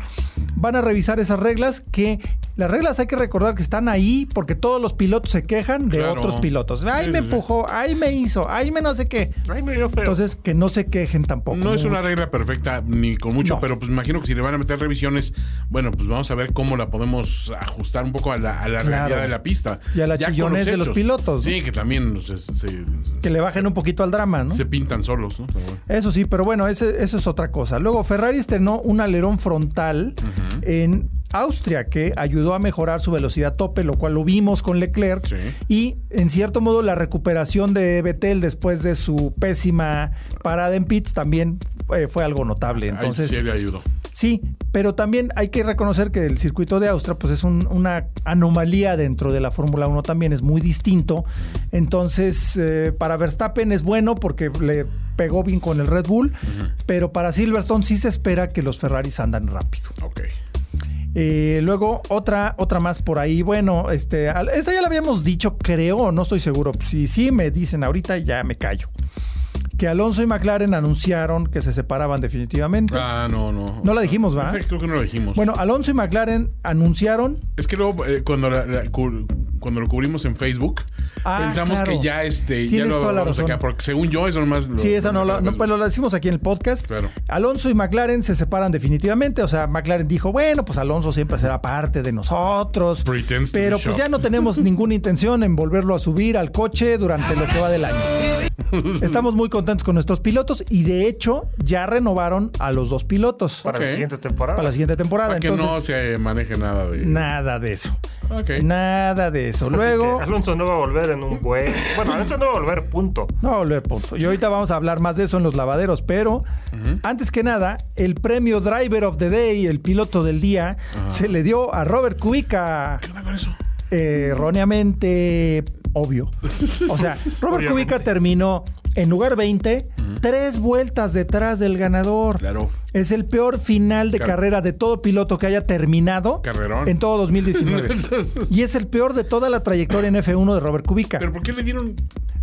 van a revisar esas reglas que las reglas hay que recordar que están ahí porque todos los pilotos se quejan de
Claro.
otros pilotos. Ay,
Sí,
me
sí, sí.
empujó, ay, me hizo, ay, me no sé qué.
Ay, me vio feo.
Entonces, que no se quejen tampoco.
No es una
mucho.
regla perfecta ni con mucho,
No.
pero pues imagino que si le van a meter revisiones, bueno, pues vamos a ver cómo la podemos ajustar un poco a la, a la
Claro.
realidad de la pista.
Y a la
con
chillones de los
hechos.
pilotos,
Sí, que también se, se-
Que le bajen un poquito al drama, ¿no?
se pintan solos, ¿no? Pero bueno.
Eso sí, pero bueno, ese- eso es otra cosa. Luego, Ferrari estrenó un alerón frontal en Austria que ayudó a mejorar su velocidad tope, lo cual lo vimos con Leclerc.
Sí.
Y en cierto modo, la recuperación de Vettel después de su pésima parada en pits también eh, fue algo notable.
Ahí
Entonces,
sí le ayudó.
Sí, pero también hay que reconocer que el circuito de Austria pues es un- una anomalía dentro de la Fórmula 1 también, es muy distinto. Entonces, eh, para Verstappen es bueno porque le pegó bien con el Red Bull, pero para Silverstone sí se espera que los Ferraris andan rápido.
Ok.
Eh, luego, otra, otra más por ahí. Bueno, este, al- esta ya la habíamos dicho, creo, no estoy seguro. Pues, Si sí me dicen ahorita, ya me callo. Que Alonso y McLaren anunciaron que se separaban definitivamente.
Ah, no, no.
No la dijimos, ¿va?
Sí, creo que no la dijimos.
Bueno, Alonso y McLaren anunciaron.
Es que luego eh, cuando, la- la cu- cuando lo cubrimos en Facebook,
Ah,
pensamos
claro.
que ya este ya
Tienes
lo
toda la
vamos a
razón.
sacar, porque según yo eso nomás lo-
Sí, esa no
lo-
la, no,
lo-
pues lo decimos aquí en el podcast.
Claro.
Alonso y McLaren se separan definitivamente. O sea, McLaren dijo, bueno, pues Alonso siempre será parte de nosotros.
Pretends to
pero
be
pues
shocked.
ya no tenemos ninguna intención en volverlo a subir al coche durante lo que va del año. Estamos muy contentos con nuestros pilotos y de hecho ya renovaron a los dos pilotos
para
para,
la
Ok.
siguiente temporada.
la siguiente temporada.
para que
Entonces,
no se maneje nada de
nada de eso.
Ok.
Nada de eso.
Así
Luego...
que Alonso no va a volver en un buen. Bueno, Alonso no va a volver, punto.
No va a volver punto. Y ahorita vamos a hablar más de eso en los lavaderos, pero antes que nada, el premio Driver of the Day, el piloto del día, se le dio a Robert Kubica
¿Qué onda con eso?
eh, erróneamente obvio. O sea, Robert
Obviamente.
Kubica terminó en lugar 20, tres vueltas detrás del ganador.
Claro.
Es el peor final de
Claro.
carrera de todo piloto que haya terminado
Carrerón.
en todo 2019. y es el peor de toda la trayectoria en F1 de Robert Kubica.
¿Pero por qué le dieron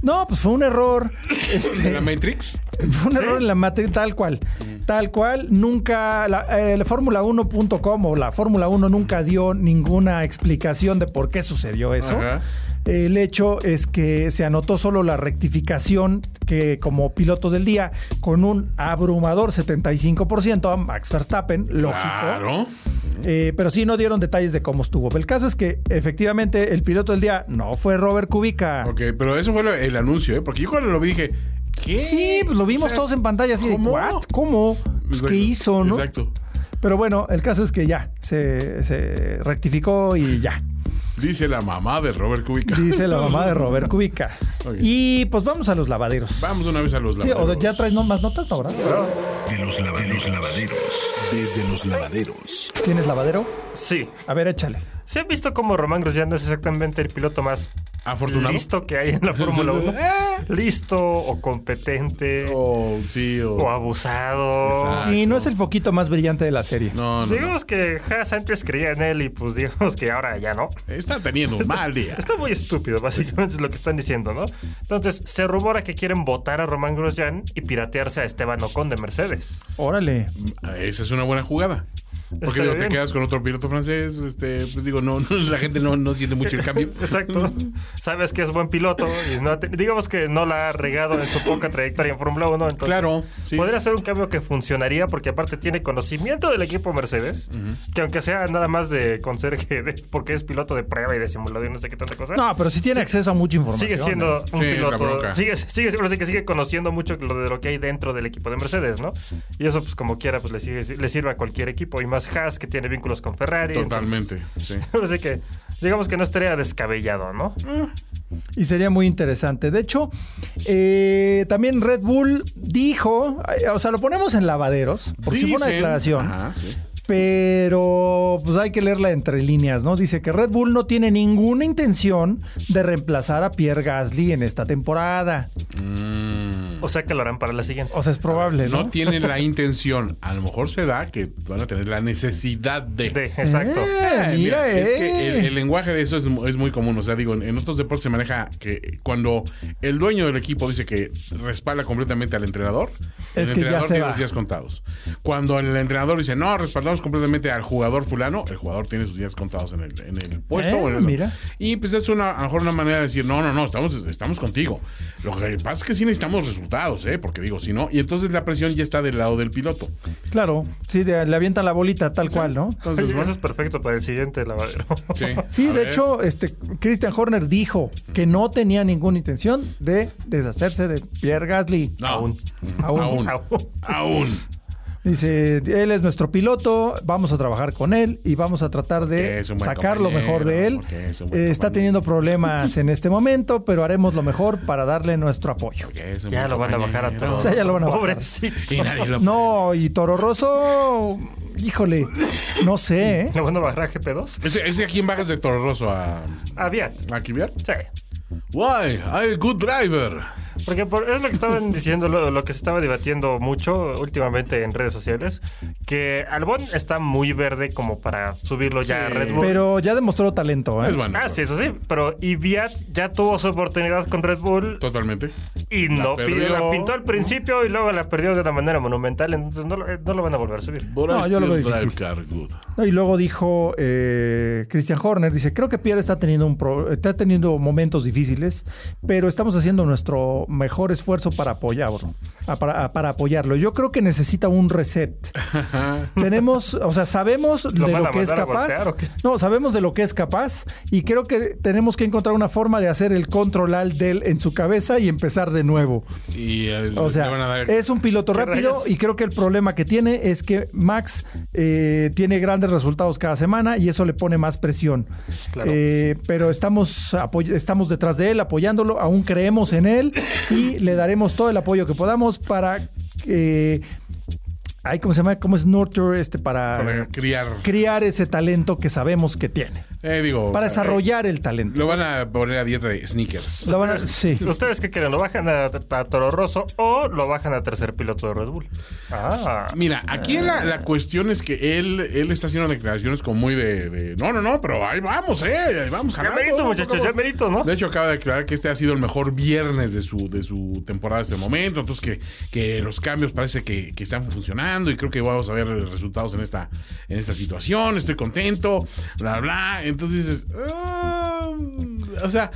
No, pues fue un error.
de
Este,
la Matrix?
fue un error en la matriz, tal cual. Tal cual, nunca. La, eh, la Fórmula 1.com o la Fórmula 1 nunca dio ninguna explicación de por qué sucedió eso.
Ajá.
El hecho es que se anotó solo la rectificación que, como piloto del día, con un abrumador 75% a Max Verstappen, lógico.
Claro.
Eh, pero sí no dieron detalles de cómo estuvo. El caso es que efectivamente el piloto del día no fue Robert Kubica.
Ok, pero eso fue lo- el anuncio, ¿eh? Porque yo cuando lo vi dije, ¿qué?
Sí, pues lo vimos
O sea,
todos en pantalla así
¿cómo?
de ¿what? ¿Cómo? Pues,
Exacto,
¿Qué hizo, no?
Exacto.
Pero bueno, el caso es que ya, se, se rectificó y ya.
Dice la mamá de Robert Kubica.
Dice la mamá de Robert Kubica.
Ok.
Y pues vamos a los lavaderos.
Vamos una vez a los
Sí, o
lavaderos.
ya traes no, más notas, ¿no, ¿verdad?
De los lavaderos. Desde los lavaderos.
¿Tienes lavadero?
Sí.
A ver, échale.
¿Se han visto cómo Román Grosjean no es exactamente el piloto más
Afortunado.
listo que hay en la Fórmula
Eh.
1? listo o competente
Oh, sí, oh.
o abusado.
Exacto.
Y no es el foquito más brillante de la serie.
Ah, No, no, no.
Digamos que Haas antes creía en él y pues digamos que ahora ya no.
Está teniendo un mal día.
Está muy estúpido, básicamente es lo que están diciendo, ¿no? Entonces, se rumora que quieren votar a Román Grosjean y piratearse a Esteban Ocon de Mercedes.
Órale.
Ah, Esa es una buena jugada. Porque
Está
luego te
bien.
quedas con otro piloto francés, este, pues digo, no, no, la gente no, no siente mucho el cambio.
Exacto. Sabes que es buen piloto y no te- digamos que no la ha regado en su poca trayectoria en Fórmula 1. Entonces
Claro, sí.
podría ser un cambio que funcionaría porque aparte tiene conocimiento del equipo Mercedes, que aunque sea nada más de conserje, de- porque es piloto de prueba y de simulador y no sé qué tanta cosa.
No, pero si tiene acceso a mucha información.
Sigue siendo
¿no?
un
Sí, la
piloto.
bronca.
Sigue, sigue, ahora sí que sigue conociendo mucho lo de lo que hay dentro del equipo de Mercedes, ¿no? Y eso, pues como quiera, pues le, sigue, le sirve a cualquier equipo. Y más Haas, que tiene vínculos con Ferrari.
Totalmente,
entonces-
sí.
Así que, digamos que no estaría descabellado, ¿no?
Y sería muy interesante. De hecho, eh, también Red Bull dijo, eh, o sea, lo ponemos en lavaderos, porque si fue una
Dicen-
declaración.
Ajá, sí.
pero pues hay que leerla entre líneas, ¿no? Dice que Red Bull no tiene ninguna intención de reemplazar a Pierre Gasly en esta temporada.
Mm.
O sea que lo harán para la siguiente.
O sea, es probable, ¿no?
No tienen la intención. A lo mejor se da que van a tener la necesidad de.
De, exacto.
Eh,
Eh,
mira,
Es que
eh.
el, el lenguaje de eso es, mu- es muy común. O sea, digo, en, en otros deportes se maneja que cuando el dueño del equipo dice que respalda completamente al entrenador,
Es
el
que ya
entrenador
se
tiene
va.
los días contados. Cuando el entrenador dice, no, respaldamos completamente al jugador fulano, el jugador tiene sus días contados en el, en el puesto.
Eh,
o en el-
mira.
Y pues es una, a lo mejor una manera de decir, no, no, no, estamos, estamos contigo. Lo que pasa es que sí necesitamos resultados, ¿eh? Porque digo, si no, y entonces la presión ya está del lado del piloto.
Claro, sí, de- le avientan la bolita tal cual, ¿no?
Entonces,
Oye,
bueno,
Eso es perfecto para el siguiente lavadero.
sí,
Sí,
A
de
ver.
hecho, este Christian Horner dijo que no tenía ninguna intención de deshacerse de Pierre Gasly.
No.
Aún.
Aún.
Aún.
Aún.
Aún.
Dice, él es nuestro piloto, vamos a trabajar con él y vamos a tratar
Que
de
es un buen
sacar lo mejor de él.
compañero, que es un buen
Eh, está
compañero.
teniendo problemas en este momento, pero haremos lo mejor para darle nuestro apoyo.
Ya lo van a bajar a todos.
O sea, ya lo van a bajar.
Pobrecito.
Y nadie lo...
No, y Toro Rosso, híjole, no sé, ¿eh?
¿Lo van a bajar a GP2?
¿Ese, ese a quién bajas de Toro Rosso? ¿A,
A Viat.
a Kvyat?
Sí.
Why? I'm a good driver.
Porque por- es lo que estaban diciendo, lo, lo que se estaba debatiendo mucho últimamente en redes sociales, que Albon está muy verde como para subirlo ya a
Sí.
Red Bull.
Pero ya demostró talento,
Es
¿eh?
bueno.
Ah, sí, eso sí, pero y Viat ya tuvo su oportunidad con Red Bull
Totalmente.
y no
perdió.
pidió, la pintó al principio y luego la perdió de una manera monumental, entonces no, lo- eh, no lo van a volver a subir.
But
No,
I
yo lo
still
veo
drive
difícil.
car good.
No, y luego dijo eh, Christian Horner, dice, creo que Pierre está teniendo, un pro- está teniendo momentos difíciles, pero estamos haciendo nuestro mejor esfuerzo para apoyarlo. a- Para, a- para apoyarlo. Yo creo que necesita un reset. tenemos, o sea, sabemos
¿Lo
de
van
lo
a
que es
mandar a
capaz.
golpear o qué?
No, sabemos de lo que es capaz y creo que tenemos que encontrar una forma de hacer el control al del en su cabeza y empezar de nuevo.
Y el-
O
le van a
sea,
dar-
es un piloto
¿Qué
rápido
rayos?
y creo que el problema que tiene es que Max eh, tiene grandes resultados cada semana y eso le pone más presión.
Claro.
Eh, pero estamos, apoy- estamos detrás de él, apoyándolo, aún creemos en él y le daremos todo el apoyo que podamos para... Eh, ay, ¿Cómo se llama? ¿Cómo es nurture? Este,
para
para
criar.
criar ese talento que sabemos que tiene.
Eh, digo,
Para
eh,
desarrollar el talento.
Lo van a poner a dieta de sneakers.
Lo van a- sí.
¿Ustedes qué quieren? ¿Lo bajan a, a Toro Rosso o lo bajan a tercer piloto de Red Bull? Ah,
Mira, aquí la, la cuestión es que él, él está haciendo declaraciones como muy de, de, No, no, no, pero ahí vamos, eh. Ahí vamos,
ya
jalando,
merito,
vamos,
muchachos,
vamos".
ya merito, ¿no?
De hecho, acaba de declarar que este ha sido el mejor viernes de su, de su temporada hasta el momento. Entonces, que, que los cambios parece que, que están funcionando y creo que vamos a ver resultados en esta, en esta situación. Estoy contento, bla, bla. Entonces dices, "Ah", o sea,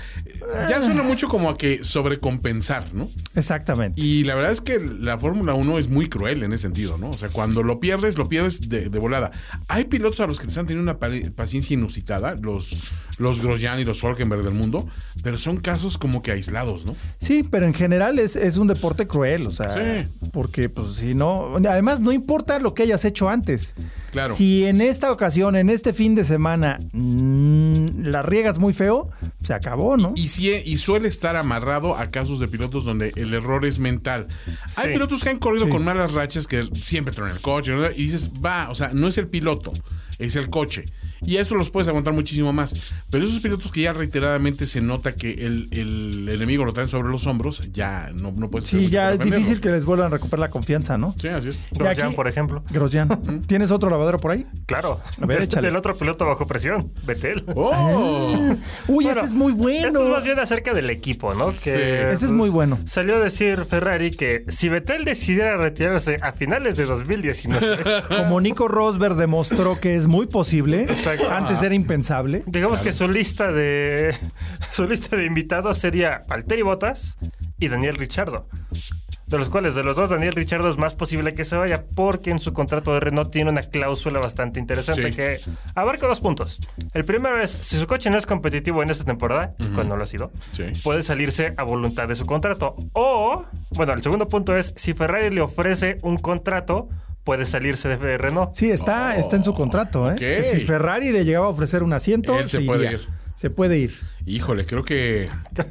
ya suena mucho como a que sobrecompensar, ¿no?
Exactamente.
Y la verdad es que la Fórmula 1 es muy cruel en ese sentido, ¿no? O sea, cuando lo pierdes, lo pierdes de, de volada. Hay pilotos a los que les han tenido una pare- paciencia inusitada, los, los Grosjean y los Solkenberg del mundo, pero son casos como que aislados, ¿no?
Sí, pero en general es, es un deporte cruel, o sea,
Sí.
porque pues si no, además no importa lo que hayas hecho antes.
Claro.
Si en esta ocasión, en este fin de semana, mm, la riegas muy feo, se acabó, ¿no?
Y, sí- y suele estar amarrado a casos de pilotos donde el error es mental. Hay
Sí.
pilotos que han corrido
Sí.
con malas rachas que siempre traen el coche ¿no? y dices, va, o sea, no es el piloto, es el coche. Y a eso los puedes aguantar muchísimo más. Pero esos pilotos que ya reiteradamente se nota que el, el enemigo lo traen sobre los hombros, ya no, no puedes hacer
sí,
mucho
ya
para
es difícil que
defenderlo.
les vuelvan a recuperar la confianza, ¿no?
Sí, así es.
Grosjean,
aquí-
por ejemplo.
Grosjean, ¿tienes otro lavadero por ahí?
Claro.
A ver, échale.
Del otro piloto bajo presión, Betel.
¡Oh!
Uy,
Bueno,
ese es muy bueno.
Esto es más bien acerca del equipo, ¿no? Que,
Sí. Ese
es muy bueno.
Salió a decir Ferrari que si Vettel decidiera retirarse a finales de 2019,
Como Nico Rosberg demostró que es muy posible,
Exacto.
antes era impensable.
digamos que su lista de su lista de invitados sería Valtteri Bottas y Daniel Richardo. De los cuales, de los dos, Daniel Richardo es más posible que se vaya porque en su contrato de Renault tiene una cláusula bastante interesante
Sí.
que abarca dos puntos. El primero es, si su coche no es competitivo en esta temporada, cuando no lo ha sido,
Sí.
puede salirse a voluntad de su contrato. O, bueno, el segundo punto es, si Ferrari le ofrece un contrato, puede salirse de Renault.
Sí, está, está en su contrato, ¿eh?
Oh. ok.
Que Si Ferrari le llegaba a ofrecer un asiento,
Él se
se
puede
iría.
ir.
Se puede ir.
Híjole, creo que.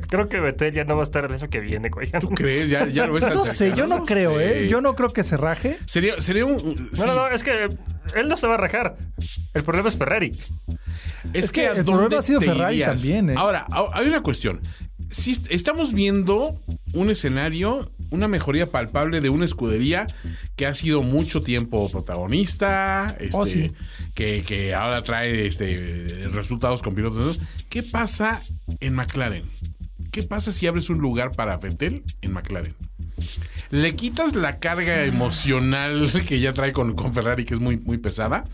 Creo que Betel ya no va a estar el año que viene, güey.
¿Tú crees? Ya, ya lo ves tan
No sé,
cercano.
yo no creo, ¿eh?
sé.
Yo no creo que se raje.
Sería, sería un.
No,
sí.
no, no, es que él no se va a rajar. El problema es Ferrari.
Es,
Es
que,
que
¿a
el
dónde
problema ha sido
te
Ferrari
irías?
también, ¿eh?
Ahora, a- hay una cuestión. Si est- estamos viendo un escenario, una mejoría palpable de una escudería que ha sido mucho tiempo protagonista, este,
Oh, sí.
que, que ahora trae este, resultados con pilotos. ¿Qué pasa en McLaren? ¿Qué pasa si abres un lugar para Vettel en McLaren? Le quitas la carga emocional que ya trae con, con Ferrari, que es muy, muy pesada.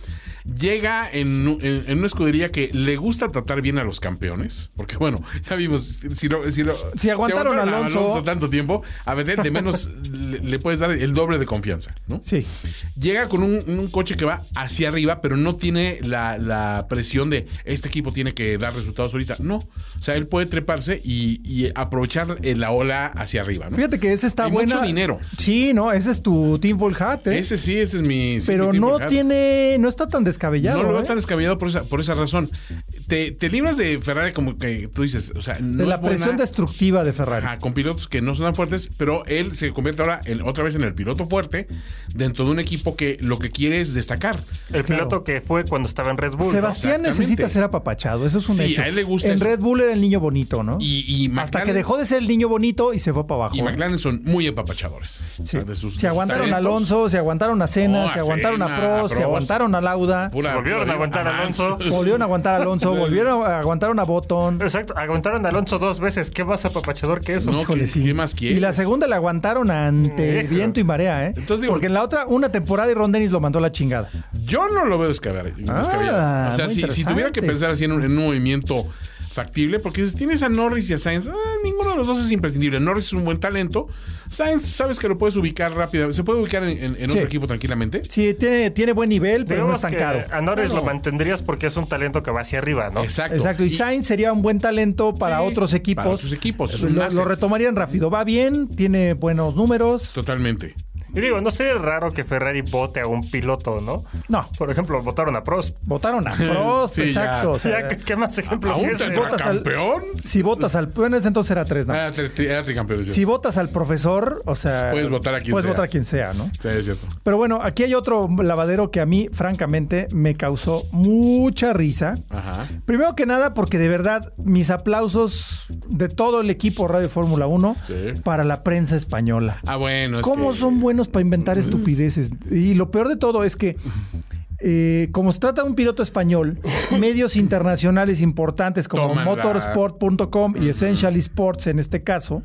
Llega en, u- en- en una escudería que le gusta tratar bien a los campeones. Porque, bueno, ya vimos, si, si lo- si lo-
Si aguantaron a Alonso-
tanto tiempo, a Vettel de menos le, le puedes dar el doble de confianza, ¿no?
Sí.
Llega con un, un coche que va hacia arriba, pero no tiene la, la presión de este equipo tiene que dar resultados ahorita. No. O sea, él puede treparse y, y aprovechar eh, la ola hacia arriba, ¿no?
Fíjate que ese está
Y
buena.
mucho dinero.
Sí, no, ese es tu Team Full Hat, ¿eh?
Ese sí, ese es mi. sí,
Pero
mi tipo
no
de hat.
tiene, no está tan descabellado.
No lo veo
¿eh?
tan descabellado por esa, por esa razón. Te, te libras de Ferrari como que tú dices, o sea, no
de
es
la presión
buena-
destructiva de Ferrari.
Ajá, con pilotos que no son tan fuertes, pero él se convierte ahora en- otra vez en el piloto fuerte dentro de un equipo que lo que quiere es destacar.
El piloto que fue cuando estaba en Red Bull. ¿no?
Sebastián
Exactamente.
necesita ser apapachado, eso es un
Sí,
hecho.
a él le gusta
en
eso.
Red Bull era el niño bonito, ¿no?
Y, y
Hasta
McLaren-
que dejó de ser el niño bonito y se fue para abajo.
y McLaren son muy apapachadores. O
Sí.
sea, de sus-
se aguantaron a
talentos,
Alonso, se aguantaron a Senna,
No, a
se aguantaron a
Senna,
Prost,
a
se
Prost.
aguantaron a Lauda,
pura-
Se volvieron
pura-
a aguantar a
Ajá.
Alonso.
volvieron a aguantar a Alonso, volvieron a aguantaron a Botton.
Exacto, aguantaron a Alonso dos veces. ¿Qué más apapachador que eso?
No,
Híjole,
¿qué-
sí.
qué más quieres?
Y la segunda la aguantaron ante
Hijo.
viento y marea, ¿eh?
Entonces, digo-
Porque en la otra, una temporada y Ron Dennis lo mandó a la chingada.
Yo no lo veo descabe-
Ah,
descabellado. o sea,
muy
si, si tuviera que
interesante.
pensar así en un, en un movimiento factible, porque si tienes a Norris y a Sainz, ah, ninguno de los dos es imprescindible. Norris es un buen talento. Sainz, sabes que lo puedes ubicar rápido. Se puede ubicar en, en- en
Sí.
otro equipo tranquilamente.
Sí, tiene, tiene buen nivel, pero no es
Digamos
tan
que
caro.
a Norris
Claro.
lo mantendrías porque es un talento que va hacia arriba, ¿no?
Exacto.
Exacto, y, Sainz sería un buen talento para
Sí,
otros equipos.
para otros equipos, es un
Lo,
asset.
lo retomarían rápido. Va bien, tiene buenos números.
Totalmente.
Y digo, no sería raro que Ferrari vote a un piloto, ¿no?
No.
Por ejemplo, votaron a Prost.
Votaron a Prost,
Sí, ya.
exacto. o sea,
Ya, ¿qué- ¿Qué más ejemplos
¿A
que
un
ese?
votas al-
campeón?
si votas al. Bueno, ese entonces era tres, ¿no?
Era Ah, tri- tri- era tricampeón. es
Si
cierto.
votas al profesor, o sea.
Puedes votar a quien
puedes
sea.
votar a quien sea, ¿no?
Sí, es cierto.
Pero bueno, aquí hay otro lavadero que a mí, francamente, me causó mucha risa.
Ajá.
Primero que nada, porque de verdad, mis aplausos de todo el equipo Radio Fórmula 1
Sí.
para la prensa española.
Ah, bueno. es
¿Cómo
que-
son buenos para inventar estupideces? Y lo peor de todo es que, eh, como se trata de un piloto español, medios internacionales importantes como
Toman la-
motorsport.com y Essential Sports en este caso,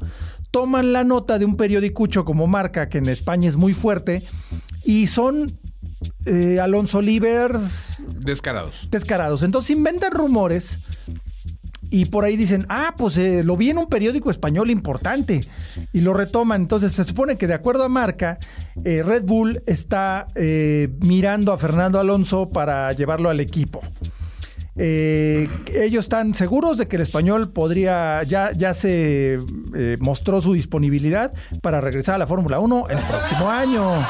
toman la nota de un periodicucho como marca que en España es muy fuerte y son eh, Alonso Livers
Descarados.
descarados. Entonces inventan rumores y por ahí dicen, ah, pues eh, lo vi en un periódico español importante y lo retoman. Entonces se supone que de acuerdo a Marca, eh, Red Bull está eh, mirando a Fernando Alonso para llevarlo al equipo. Eh, ellos están seguros de que el español podría, ya, ya se eh, mostró su disponibilidad para regresar a la Fórmula 1 el próximo año.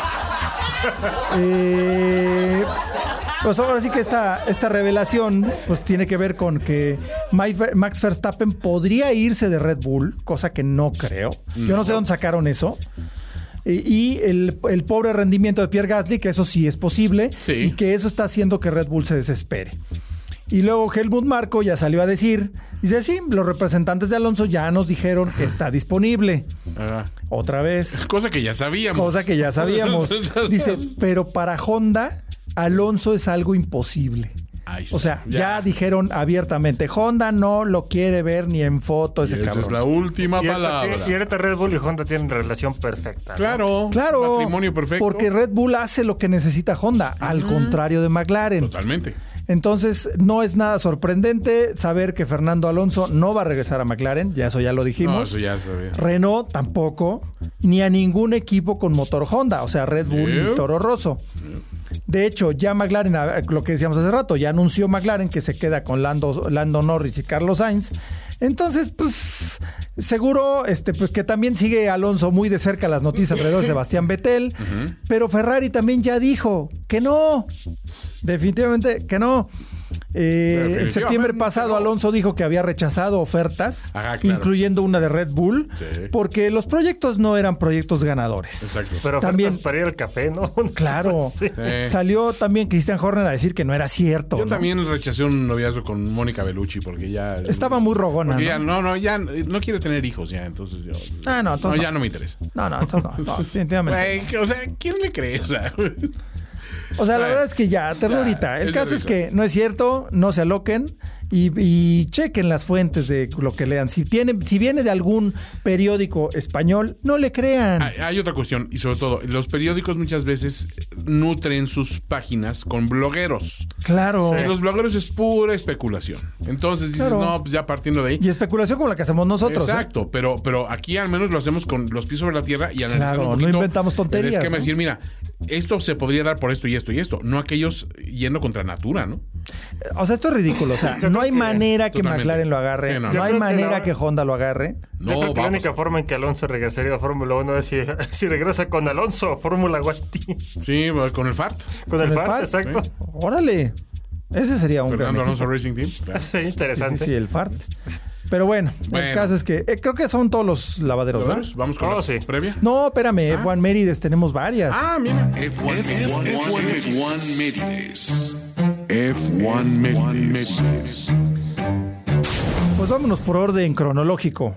Eh, pues ahora sí que esta, esta revelación pues tiene que ver con que Mike- Max Verstappen podría irse de Red Bull, cosa que no creo. Yo no sé dónde sacaron eso. Y y el, el pobre rendimiento de Pierre Gasly, que eso sí es posible,
Sí.
y que eso está haciendo que Red Bull se desespere. Y luego Helmut Marco ya salió a decir, dice, sí, los representantes de Alonso ya nos dijeron que está disponible.
Ajá.
Otra vez.
Cosa que ya sabíamos.
Cosa que ya sabíamos. Dice, pero para Honda, Alonso es algo imposible.
Ahí está,
O sea, ya,
ya.
dijeron abiertamente, Honda no lo quiere ver ni en foto
Y
ese
esa es
cabrón.
la última
Y ahorita,
palabra.
tie- y ahorita Red Bull y Honda tienen relación perfecta. ¿no?
Claro.
Claro,
Matrimonio perfecto.
porque Red Bull hace lo que necesita Honda, al contrario de McLaren.
Totalmente.
Entonces, no es nada sorprendente saber que Fernando Alonso no va a regresar a McLaren, ya eso ya lo dijimos.
No, eso ya sabía.
Renault tampoco, ni a ningún equipo con motor Honda, o sea, Red Bull
Yeah.
y Toro Rosso. De hecho, ya McLaren, a- lo que decíamos hace rato, ya anunció McLaren que se queda con Lando, Lando Norris y Carlos Sainz. Entonces, pues, seguro este, pues, que también sigue Alonso muy de cerca las noticias alrededor de Sebastián Vettel. Pero Ferrari también ya dijo que no, definitivamente que no. Eh, en
Definitivamente
septiembre pasado,
no.
Alonso dijo que había rechazado ofertas,
Ajá, claro.
incluyendo una de Red Bull,
Sí.
porque los proyectos no eran proyectos ganadores.
Exacto.
Pero
También-
también para ir al café, ¿no?
Claro.
Sí.
Sí.
Salió también Christian Horner a decir que no era cierto.
Yo
¿no?
también rechacé un noviazgo con Mónica Bellucci porque ya.
Estaba muy rogona,
porque
¿no?
ya, no, no, ya no quiere tener hijos ya, entonces yo.
Ah, no, entonces
ya
no.
no me interesa.
No, no, entonces no, no, definitivamente.
Güey, o sea, ¿quién le cree? O sea,
O sea, la
Ay.
verdad es que ya, ternurita.
Ya,
El
es
caso es
ternurita.
que no es cierto, no se aloquen y, y chequen las fuentes de lo que lean. Si, tiene, si viene de algún periódico español, no le crean.
hay, hay otra cuestión, y sobre todo, los periódicos muchas veces nutren sus páginas con blogueros.
Claro.
Y los blogueros es pura especulación. Entonces dices,
Claro.
no, pues ya partiendo de ahí.
Y especulación como la que hacemos nosotros. ¿eh?
Exacto, pero, pero aquí al menos lo hacemos con los pies sobre la tierra y analizando
Claro,
un
no
poquito
inventamos tonterías,
Es que
¿no?
decir, mira, esto se podría dar por esto y esto y esto, no aquellos yendo contra natura, ¿no?
O sea, esto es ridículo. O sea, no hay
que-
manera que
Totalmente.
McLaren lo agarre.
Sí, no,
no
no.
Yo
hay
creo que la
manera
hora-
que Honda lo agarre.
No,
Yo creo que la
vamos.
única forma en que Alonso regresaría a Fórmula 1 es si, si regresa con Alonso a Fórmula 1.
Sí, con el FART,
Con el
el
FAR,
FAR,
exacto.
Órale. Ese sería un gran
Fernando
equipo.
Alonso Racing Team. claro.
Sí,
Sí,
interesante.
sí, sí, el fart. Pero bueno,
Bueno.
el caso es que eh, creo que son todos los lavaderos, ¿verdad?
Vamos, vamos con
Oh,
la
sí.
previa.
No, espérame,
Ah.
Juan Mérides, tenemos varias.
Ah, mira.
F1 F1 Medides.
F1 Medides.
Pues vámonos por orden cronológico.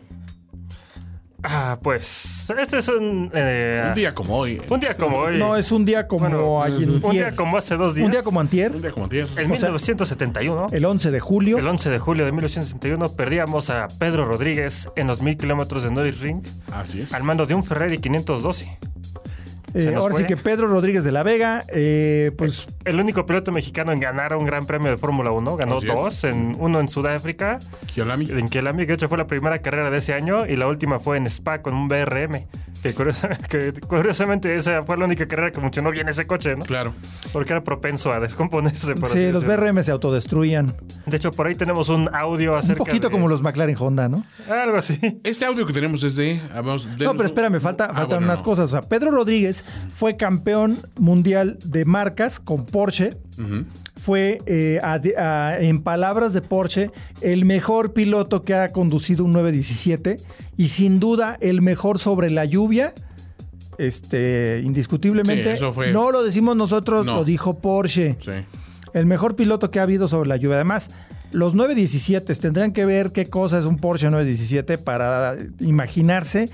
Ah, pues. Este es un. eh,
Un día como hoy.
Pues,
un día como hoy.
No, es un día como
Bueno,
ayer-
un día como hace dos días.
Un día como antier,
Un día como ayer.
En 1971.
el 11 de julio.
El 11 de julio de 1961 perdíamos a Pedro Rodríguez en los mil kilómetros de Norris Ring
Así es.
al mando de un Ferrari 512.
Eh,
se nos
ahora sí
fue.
que Pedro Rodríguez de la Vega, eh, pues
El único piloto mexicano en ganar un gran premio de Fórmula 1. Ganó
Así es.
dos, en, uno en Sudáfrica,
Kiolami.
en Kielami, que de hecho fue la primera carrera de ese año, y la última fue en Spa con un BRM. Que, curiosa- que curiosamente esa fue la única carrera que funcionó bien ese coche, ¿no?
Claro.
Porque era propenso a descomponerse. por así
sí, los
decirlo.
BRM se autodestruían.
De hecho, por ahí tenemos un audio
Un
acerca
poquito
de-
como los McLaren Honda, ¿no?
Algo así.
Este audio que tenemos es de. ah, vamos,
No,
denos-
pero espérame, falta,
Ah,
faltan
bueno,
unas
no.
cosas. O sea, Pedro Rodríguez fue campeón mundial de marcas con Porsche. Fue, eh, a- a- en palabras de Porsche, el mejor piloto que ha conducido un 917 y sin duda el mejor sobre la lluvia. Este, indiscutiblemente.
Sí, eso fue-
No lo decimos nosotros,
No.
lo dijo Porsche.
Sí.
El mejor piloto que ha habido sobre la lluvia. Además, los 917 tendrán que ver qué cosa es un Porsche 917 para imaginarse.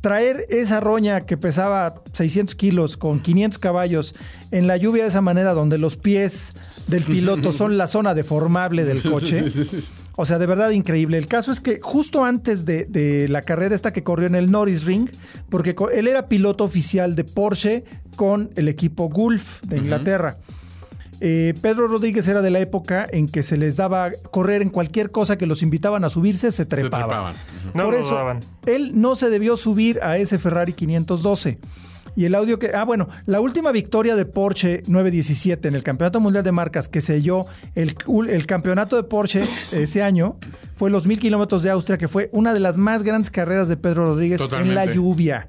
Traer esa roña que pesaba 600 kilos con 500 caballos en la lluvia de esa manera, donde los pies del piloto son la zona deformable del coche.
Sí, sí, sí.
O sea, de verdad increíble. El caso es que justo antes de, de la carrera esta que corrió en el Norris Ring, porque co- él era piloto oficial de Porsche con el equipo Gulf de Inglaterra. Eh, Pedro Rodríguez era de la época en que se les daba correr en cualquier cosa que los invitaban a subirse, se
Se
trepaban.
trepaban.
No
Por
lo
eso,
dudaban.
él no se debió subir a ese Ferrari 512. Y el audio que. Ah, bueno, la última victoria de Porsche 917 en el Campeonato Mundial de Marcas que selló el, cul- el campeonato de Porsche eh, ese año fue los mil kilómetros de Austria, que fue una de las más grandes carreras de Pedro Rodríguez en la
Totalmente.
lluvia.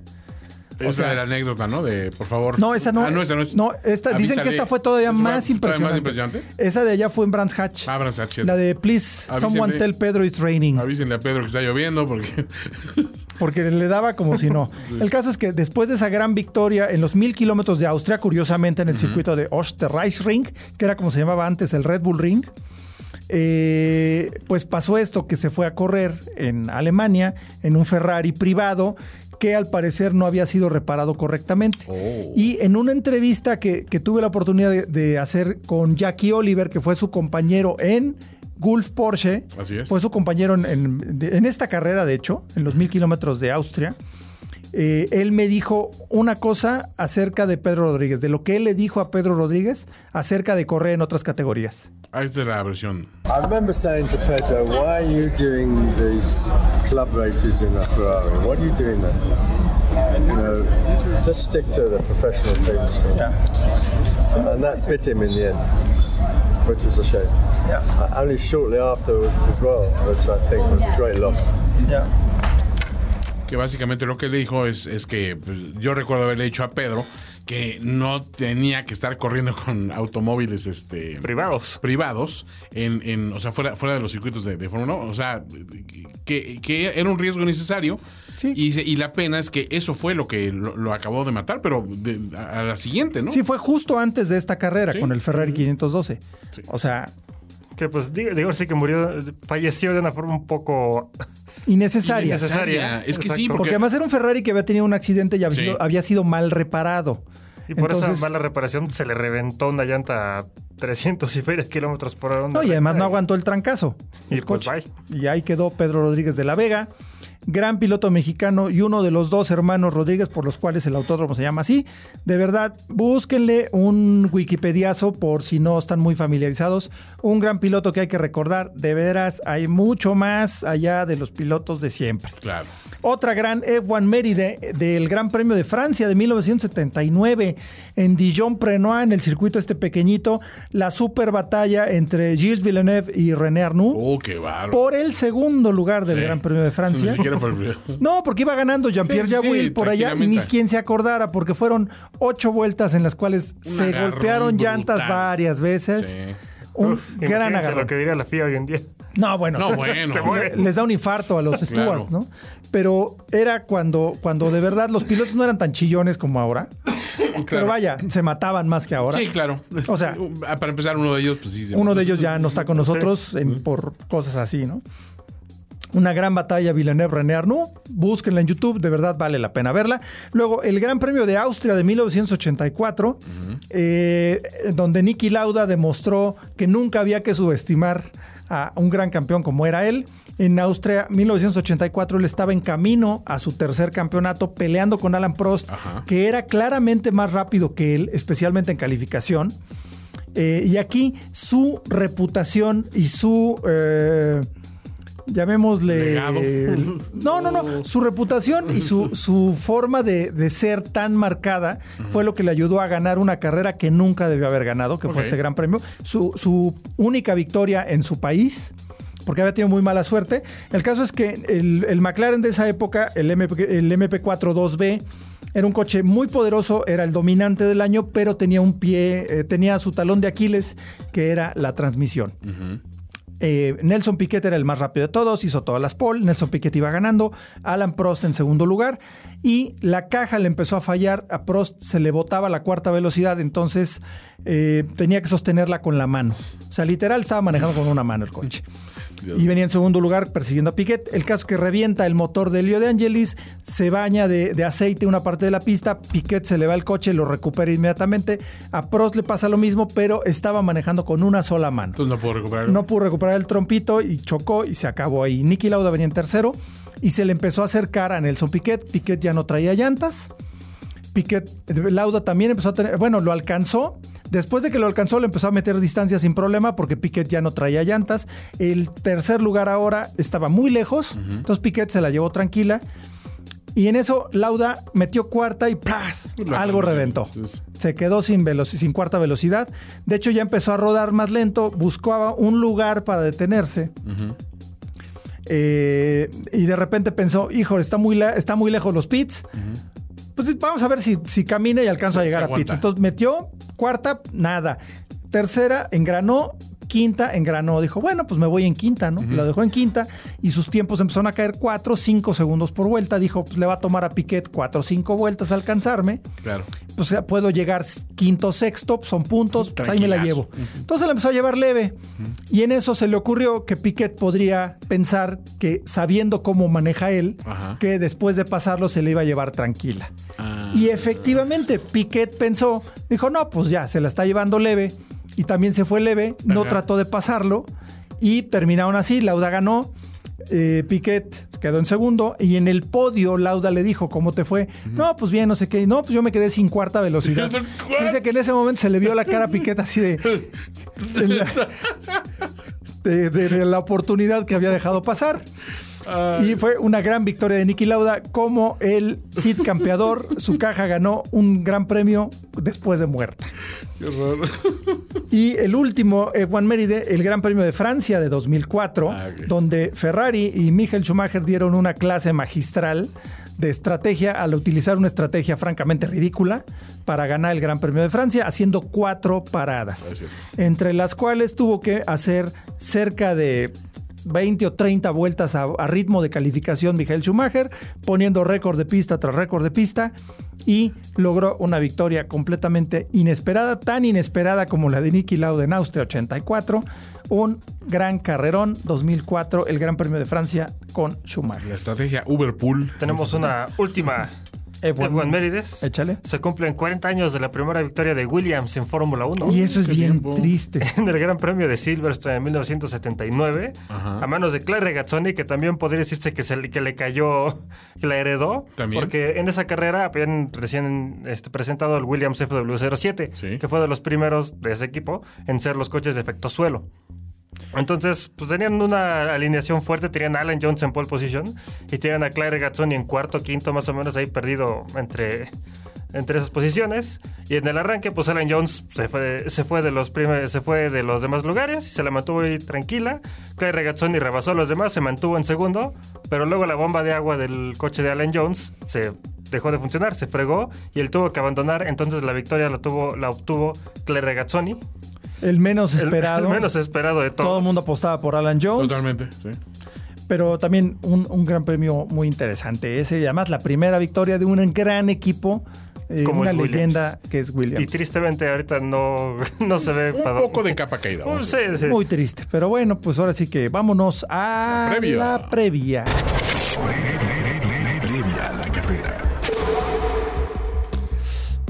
Esa de la anécdota, ¿no? De, por favor.
No, esa no.
Ah, no, esa no es.
esta, dicen que
Avísale.
esta fue todavía
Esa fue
más, impresionante.
Todavía más impresionante.
Esa de allá fue en Brands Hatch.
Ah, Brands Hatch, Ah,
La de Please,
Avísenle.
someone tell Pedro it's raining.
Avísenle a Pedro que está lloviendo porque.
porque le daba como si no. El caso es que después de esa gran victoria en los mil kilómetros de Austria, curiosamente en el circuito de Österreichring, que era como se llamaba antes el Red Bull Ring, eh, pues pasó esto que se fue a correr en Alemania en un Ferrari privado que al parecer no había sido reparado correctamente.
Oh.
Y en una entrevista que, que tuve la oportunidad de, de hacer con Jackie Oliver, que fue su compañero en Gulf Porsche,
Así es.
fue su compañero en, en- de- en esta carrera, de hecho, en los mil kilómetros de Austria. eh, él me dijo una cosa acerca de Pedro Rodríguez, de lo que él le dijo a Pedro Rodríguez acerca de correr en otras categorías.
Ah, esta es la versión.
I remember saying to Pedro, why are you doing these club races in a Ferrari? What are you doing there? for?" You know, just stick to the professional teams. Yeah. And that bit him in the end, which is a shame. Yeah. Only shortly afterwards as well, which I think was a great loss.
Que básicamente lo que le dijo es, es que pues, yo recuerdo haberle dicho a Pedro
que no tenía que estar corriendo con automóviles este,
Privados.
privados, en, en, o sea, fuera, fuera de los circuitos de, de Fórmula 1, o sea, que, que era un riesgo necesario.
Sí.
Y, se- y la pena es que eso fue lo que lo, lo acabó de matar, pero de- a, a la siguiente, ¿no?
Sí, fue justo antes de esta carrera
Sí.
con el Ferrari 512.
Sí.
O sea,
Que pues, digo, digo, sí que murió, falleció de una forma un poco
innecesaria.
innecesaria.
Es que sí,
Exacto.
Porque además era un Ferrari que había tenido un accidente y había,
Sí.
sido, había sido mal reparado.
Y por
Entonces-
esa mala reparación se le reventó una llanta a 300 y feria kilómetros por hora.
No, y además no aguantó el trancazo.
Y
el
pues,
Y ahí quedó Pedro Rodríguez de la Vega, gran piloto mexicano y uno de los dos hermanos Rodríguez por los cuales el autódromo se llama así. De verdad, búsquenle un wikipediazo por si no están muy familiarizados. Un gran piloto que hay que recordar. De veras, hay mucho más allá de los pilotos de siempre.
Claro.
Otra gran F1 Méride del Gran Premio de Francia de 1979 en Dijon-Prenois, en el circuito este pequeñito, la super batalla entre Gilles Villeneuve y René Arnoux
Oh, qué bárbaro.
por el segundo lugar del
Sí.
Gran Premio de
Ni
Francia.
siquiera por el-
No, porque iba ganando Jean-Pierre
Sí, sí, sí,
Jawil por allá y ni
tranquilamente.
quien se acordara, porque fueron ocho vueltas en las cuales
Un
se
agarrón
golpearon
brutal.
llantas varias veces.
Sí.
Un
Uf,
gran
imagínense
agarrón.
lo que diría la FIA hoy en día.
No, bueno,
No,
se-
bueno.
Se muere.
les da un infarto a los Stewart,
Claro.
¿no? Pero era cuando, cuando de verdad los pilotos no eran tan chillones como ahora. Pero vaya, se mataban más que ahora.
Sí, claro.
O sea-
Ah, para empezar, uno de ellos, pues sí. se-
Uno de ellos ya no está con nosotros en- por cosas así, ¿no? Una gran batalla Villeneuve-René Arnoux. Búsquenla en YouTube, de verdad vale la pena verla. Luego, el Gran Premio de Austria de 1984, eh, donde Niki Lauda demostró que nunca había que subestimar a un gran campeón como era él. En Austria, 1984, él estaba en camino a su tercer campeonato, peleando con Alan Prost, que era claramente más rápido que él, especialmente en calificación. Eh, y aquí su reputación y su. eh, llamémosle.
Legado.
No, no, no. Su reputación y su, su forma de, de ser tan marcada fue lo que le ayudó a ganar una carrera que nunca debió haber ganado, que fue
Ok.
este gran premio. Su, su única victoria en su país. Porque había tenido muy mala suerte. El caso es que el, el McLaren de esa época, el, MP, el MP4 2B, era un coche muy poderoso, era el dominante del año, pero tenía un pie, eh, tenía su talón de Aquiles, que era la transmisión. Eh, Nelson Piquet era el más rápido de todos, hizo todas las pole, Nelson Piquet iba ganando, Alan Prost en segundo lugar y la caja le empezó a fallar, a Prost se le botaba la cuarta velocidad, entonces eh, tenía que sostenerla con la mano. O sea, literal estaba manejando con una mano el coche. Y venía en segundo lugar persiguiendo a Piquet. El caso es que revienta el motor de Leo de Angelis, se baña de, de aceite una parte de la pista, Piquet se le va el coche, lo recupera inmediatamente. A Prost le pasa lo mismo, pero estaba manejando con una sola mano.
Entonces no puedo recuperar.
No pudo recuperar el trompito y chocó y se acabó ahí. Nicky Lauda venía en tercero y se le empezó a acercar a Nelson Piquet. Piquet ya no traía llantas. Piquet, Lauda también empezó a tener, bueno, lo alcanzó. Después de que lo alcanzó, le empezó a meter distancia sin problema porque Piquet ya no traía llantas. El tercer lugar ahora estaba muy lejos, entonces Piquet se la llevó tranquila. Y en eso Lauda metió cuarta y ¡plas!
La
Algo
conducción.
reventó.
Es-
Se quedó sin, velo- sin cuarta velocidad. De hecho, ya empezó a rodar más lento. Buscaba un lugar para detenerse. Eh, y de repente pensó, hijo, está muy, le- está muy lejos los pits. Pues vamos a ver si, si camina y alcanzo a llegar a
aguanta.
pits. Entonces metió, cuarta, nada. Tercera, engranó. Quinta engranó, dijo, bueno, pues me voy en quinta, ¿no? La dejó en quinta y sus tiempos empezaron a caer 4 5 segundos por vuelta. Dijo, pues le va a tomar a Piquet 4 o 5 vueltas a alcanzarme
Claro.
pues ya puedo llegar quinto, sexto, son puntos, pues ahí me la llevo.
Tranquilazo.
Entonces la empezó a llevar leve. Y en eso se le ocurrió que Piquet podría pensar que sabiendo cómo maneja él,
Ajá. Ah.
que después de pasarlo se le iba a llevar tranquila. Y efectivamente Piquet pensó, dijo, no, pues ya, se la está llevando leve. Y también se fue leve, no
Ajá.
trató de pasarlo. Y terminaron así, Lauda ganó. eh, Piquet quedó en segundo y en el podio Lauda le dijo cómo te fue. No, pues bien, no sé qué. No, pues yo me quedé sin cuarta velocidad. Dice que en ese momento se le vio la cara a Piquet así de, de la, de- de- de la oportunidad que había dejado pasar. Y fue una gran victoria de Nicky Lauda como el Cid campeador. Su caja ganó un gran premio después de muerta.
Qué horror.
Y el último, F1 Méride, el Gran Premio de Francia de 2004,
Ah, ok.
donde Ferrari y Michael Schumacher dieron una clase magistral de estrategia al utilizar una estrategia francamente ridícula para ganar el Gran Premio de Francia, haciendo cuatro
Ah,
paradas, entre las cuales tuvo que hacer cerca de 20 o 30 vueltas a, a ritmo de calificación Michael Schumacher, poniendo récord de pista tras récord de pista y logró una victoria completamente inesperada, tan inesperada como la de Niki Lauda en Austria 84, un gran carrerón 2004, el Gran Premio de Francia con
La
Schumacher.
estrategia Uberpool.
Tenemos una última.
F1.
F1 Mérides.
Échale.
Se cumplen 40 años de la primera victoria de Williams en Fórmula 1.
Y eso es bien triste.
En el Gran Premio de Silverstone en 1979, a manos de Claire Regazzoni, que también podría decirse que, se, le- que le cayó, que la heredó.
También.
Porque en esa carrera habían recién este, presentado el Williams FW07,
Sí.
que fue de los primeros de ese equipo en ser los coches de efecto suelo. Entonces, pues tenían una alineación fuerte, tenían a Alan Jones en pole position y tenían a Claire Gazzoni en cuarto, quinto, más o menos ahí perdido entre, entre esas posiciones. Y en el arranque, pues Alan Jones se fue, se fue de los primeros, se fue de los demás lugares y se la mantuvo ahí tranquila. Claire Gazzoni rebasó a los demás, se mantuvo en segundo, pero luego la bomba de agua del coche de Alan Jones se dejó de funcionar, se fregó y él tuvo que abandonar. Entonces la victoria la tuvo, la obtuvo Claire Gazzoni.
El menos
El-
esperado.
el menos esperado de todos.
Todo el mundo apostaba por Alan Jones,
Totalmente, sí.
pero también un, un gran premio muy interesante ese. Y además la primera victoria de un gran equipo, eh,
Como
una
es Williams.
leyenda que es Williams.
Y tristemente ahorita no, no se ve
Un
para
poco de capa caída.
Uh,
vamos a
sí,
decir.
sí.
Muy triste, pero bueno, pues ahora sí que vámonos a
La previa.
la previa.
Previa a la carrera.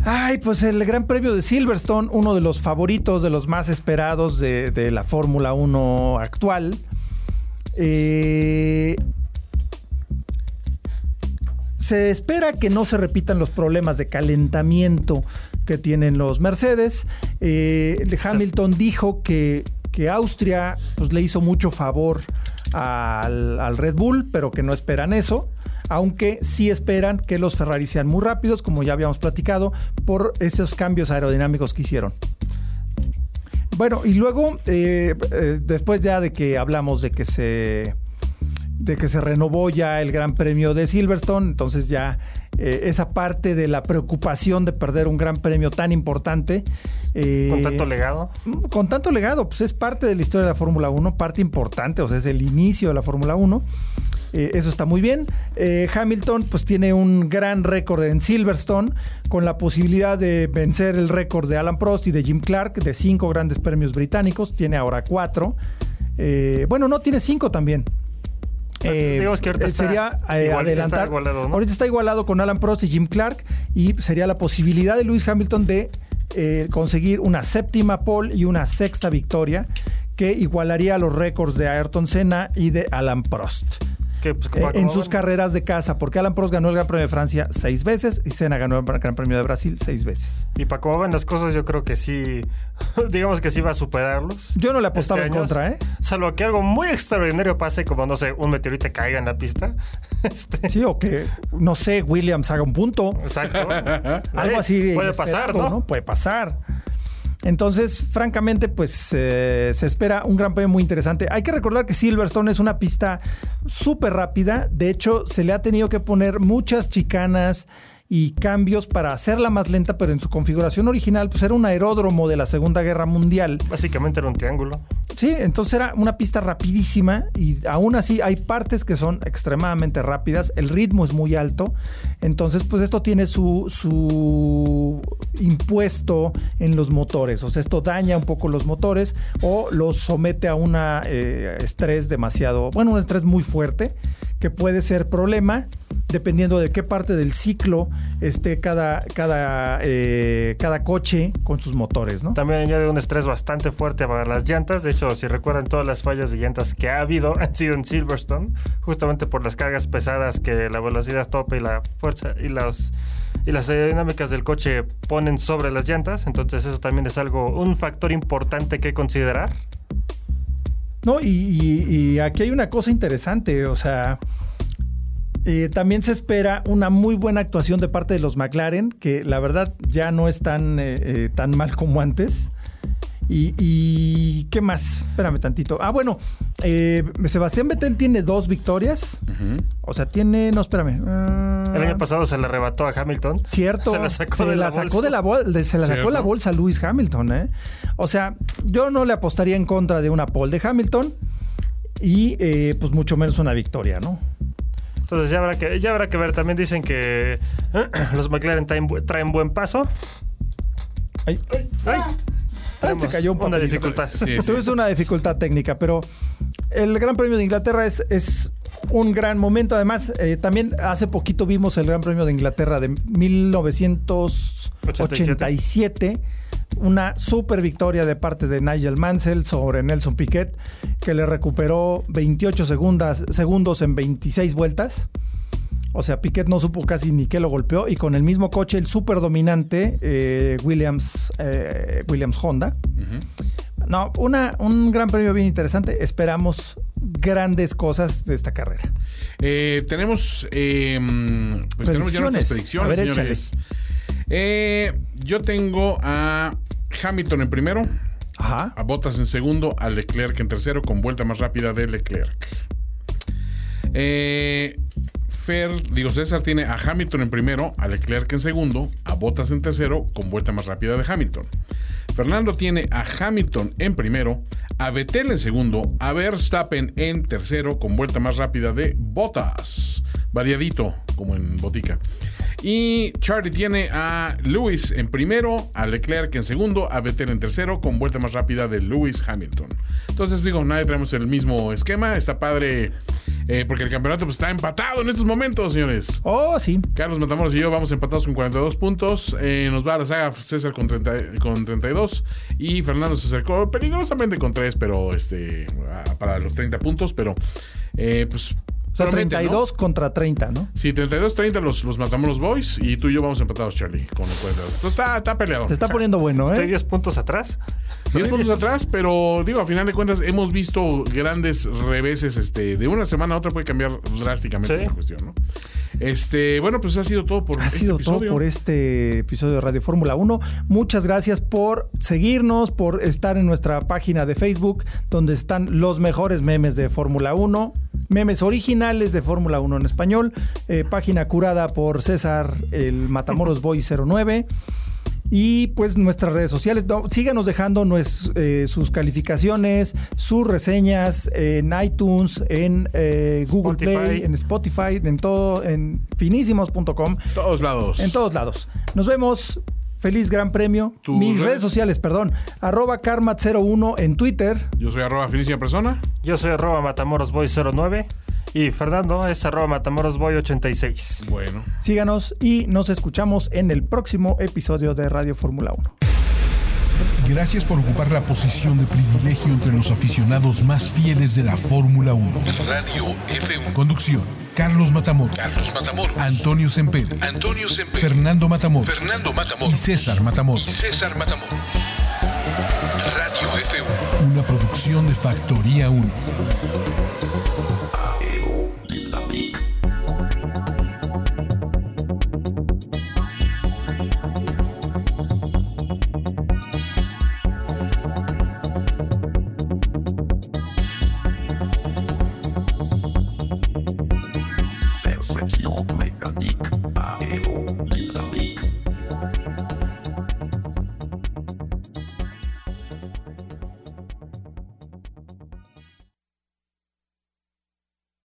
Ay, pues el Gran Premio de Silverstone, uno de los favoritos, de los más esperados de, de la Fórmula 1 actual. Eh, se espera que no se repitan los problemas de calentamiento que tienen los Mercedes. Eh, el Hamilton dijo que, que Austria pues, le hizo mucho favor al, al Red Bull, pero que no esperan eso. Aunque sí esperan que los Ferrari sean muy rápidos, como ya habíamos platicado, por esos cambios aerodinámicos que hicieron. Bueno, y luego, eh, eh, después ya de que hablamos de que se de que se renovó ya el Gran Premio de Silverstone, entonces ya eh, esa parte de la preocupación de perder un Gran Premio tan importante. eh,
Con tanto legado.
Mm, con tanto legado, pues es parte de la historia de la Fórmula 1, parte importante, o sea, es el inicio de la Fórmula 1. Eh, eso está muy bien. Eh, Hamilton pues tiene un gran récord en Silverstone con la posibilidad de vencer el récord de Alan Prost y de Jim Clark de cinco grandes premios británicos. Tiene ahora cuatro. Eh, bueno, no, tiene cinco también. Eh,
Ah, pues Digamos que ahorita
eh,
está
sería eh,
igual-
adelantar.
está igualado, ¿no?
Ahorita está igualado con Alan Prost y Jim Clark y sería la posibilidad de Lewis Hamilton de eh, conseguir una séptima pole y una sexta victoria que igualaría los récords de Ayrton Senna y de Alan Prost.
Que, pues,
Eh,
como-
en
como-
sus carreras de casa, porque Alan Prost ganó el Gran Premio de Francia seis veces y Senna ganó el Gran Premio de Brasil seis veces.
Y para cómo van las cosas, yo creo que sí. Digamos que sí va a superarlos.
Yo no le apostaba
Este
en
año,
contra, ¿eh?
Salvo que algo muy extraordinario pase, como no sé, un meteorito caiga en la pista. Este,
Sí, o que, no sé, Williams haga un punto.
Exacto.
Algo así.
Eh, Puede pasar,
inesperado,
¿no?
Puede pasar. Entonces, francamente, pues eh, se espera un gran premio muy interesante. Hay que recordar que Silverstone es una pista súper rápida. De hecho, se le ha tenido que poner muchas chicanas y cambios para hacerla más lenta, pero en su configuración original, pues era un aeródromo de la Segunda Guerra Mundial.
Básicamente era un triángulo.
Sí, entonces era una pista rapidísima y aún así hay partes que son extremadamente rápidas, el ritmo es muy alto, entonces pues esto tiene su, su impuesto en los motores, o sea, esto daña un poco los motores o los somete a un estrés demasiado, bueno, un estrés muy fuerte que puede ser problema dependiendo de qué parte del ciclo esté cada, cada, eh, cada coche con sus motores, ¿no?
También añade un estrés bastante fuerte para las llantas. De hecho, si recuerdan, todas las fallas de llantas que ha habido han sido en Silverstone, justamente por las cargas pesadas que la velocidad tope y la fuerza y las y las aerodinámicas del coche ponen sobre las llantas. Entonces, eso también es algo, un factor importante que considerar.
No, y, y- y aquí hay una cosa interesante, o sea, eh, también se espera una muy buena actuación de parte de los McLaren, que la verdad ya no están eh, eh, tan mal como antes. Y, y qué más? Espérame tantito. Ah, bueno, eh, Sebastián Vettel tiene dos victorias. O sea, tiene. No, espérame. Ah,
El año pasado se le arrebató a Hamilton.
Cierto.
Se la sacó
se
de
la
la
sacó
bolsa.
de la bol- de- se la sacó
Cierto.
la bolsa Lewis Hamilton, ¿eh? O sea, yo no le apostaría en contra de una pole de Hamilton y eh, pues mucho menos una victoria, ¿no?
Entonces ya habrá que, ya habrá que ver. También dicen que los McLaren traen, bu- traen buen paso.
Ay,
¡Ay!
ay, se
Tenemos
cayó un
una
papelito.
dificultad.
Sí, sí.
Tuviste una dificultad técnica, pero el Gran Premio de Inglaterra es, es un gran momento. Además, eh, también hace poquito vimos el Gran Premio de Inglaterra de 1987. Una super victoria de parte de Nigel Mansell sobre Nelson Piquet, que le recuperó 28 segundas- segundos en 26 vueltas. O sea, Piquet no supo casi ni qué lo golpeó. Y con el mismo coche, el super dominante eh, Williams, eh, Williams Honda. No, una, un gran premio bien interesante. Esperamos grandes cosas de esta carrera.
Eh, tenemos, eh, pues tenemos ya nuestras
Predicciones. A
predicciones,
ver,
señores. Eh, yo tengo a Hamilton en primero,
Ajá.
a Bottas en segundo, a Leclerc en tercero, con vuelta más rápida de Leclerc. Eh, Fer, digo, César tiene a Hamilton en primero, a Leclerc en segundo, a Bottas en tercero, con vuelta más rápida de Hamilton. Fernando tiene a Hamilton en primero, a Vettel en segundo, a Verstappen en tercero, con vuelta más rápida de Bottas. Variadito, como en botica. Y Charlie tiene a Lewis en primero, a Leclerc en segundo, a Vettel en tercero, con vuelta más rápida de Lewis Hamilton. Entonces, digo, nadie traemos el mismo esquema. Está padre, eh, porque el campeonato pues, está empatado en estos momentos, señores.
Oh, sí.
Carlos Matamoros y yo vamos empatados con 42 puntos. Eh, nos va a la saga César con, 30 con 32. Y Fernando se acercó peligrosamente con 3, pero este, a- para los 30 puntos. Pero, eh, pues.
O sea,
promete, ¿no?
32 contra 30, ¿no?
Sí, 32-30 los, los Matamoros Boys. Y tú y yo vamos empatados, Charlie, con el 42. Entonces está, está peleado.
Se está poniendo bueno,
Estoy
¿eh?
10 puntos atrás.
10 puntos atrás, pero digo, a final de cuentas hemos visto grandes reveses, este, de una semana a otra puede cambiar drásticamente
Sí.
esta cuestión, ¿no? Este, bueno, pues ha sido todo por
Ha
este
sido
episodio.
todo por este episodio de Radio Fórmula 1. Muchas gracias por seguirnos, por estar en nuestra página de Facebook, donde están los mejores memes de Fórmula 1, memes originales de Fórmula 1 en español, eh, página curada por César, el Matamoros Boy 09. Y pues nuestras redes sociales. No, síganos dejando nues- eh, sus calificaciones, sus reseñas en iTunes, en eh, Google
Spotify.
Play, en Spotify, en todo, en finísimos.com.
Todos lados.
En todos lados. Nos vemos. Feliz Gran Premio.
Tus
Mis redes,
redes.
sociales, perdón. Arroba Karmat01 en Twitter.
Yo soy arroba finísima persona.
Yo soy arroba matamorosboy09 y Fernando es arroba matamorosboy86.
Bueno.
Síganos y nos escuchamos en el próximo episodio de Radio Fórmula 1.
Gracias por ocupar la posición de privilegio entre los aficionados más fieles de la Fórmula 1.
Radio F1.
Conducción: Carlos Matamoros,
Carlos Matamoros.
Antonio Semper,
Antonio Semper.
Fernando Matamoros
Fernando
y
Matamoros.
César
Y
Matamoros.
César Matamoros. Radio F1.
Una producción de Factoría 1.
Percepción mecánica aerodinámica.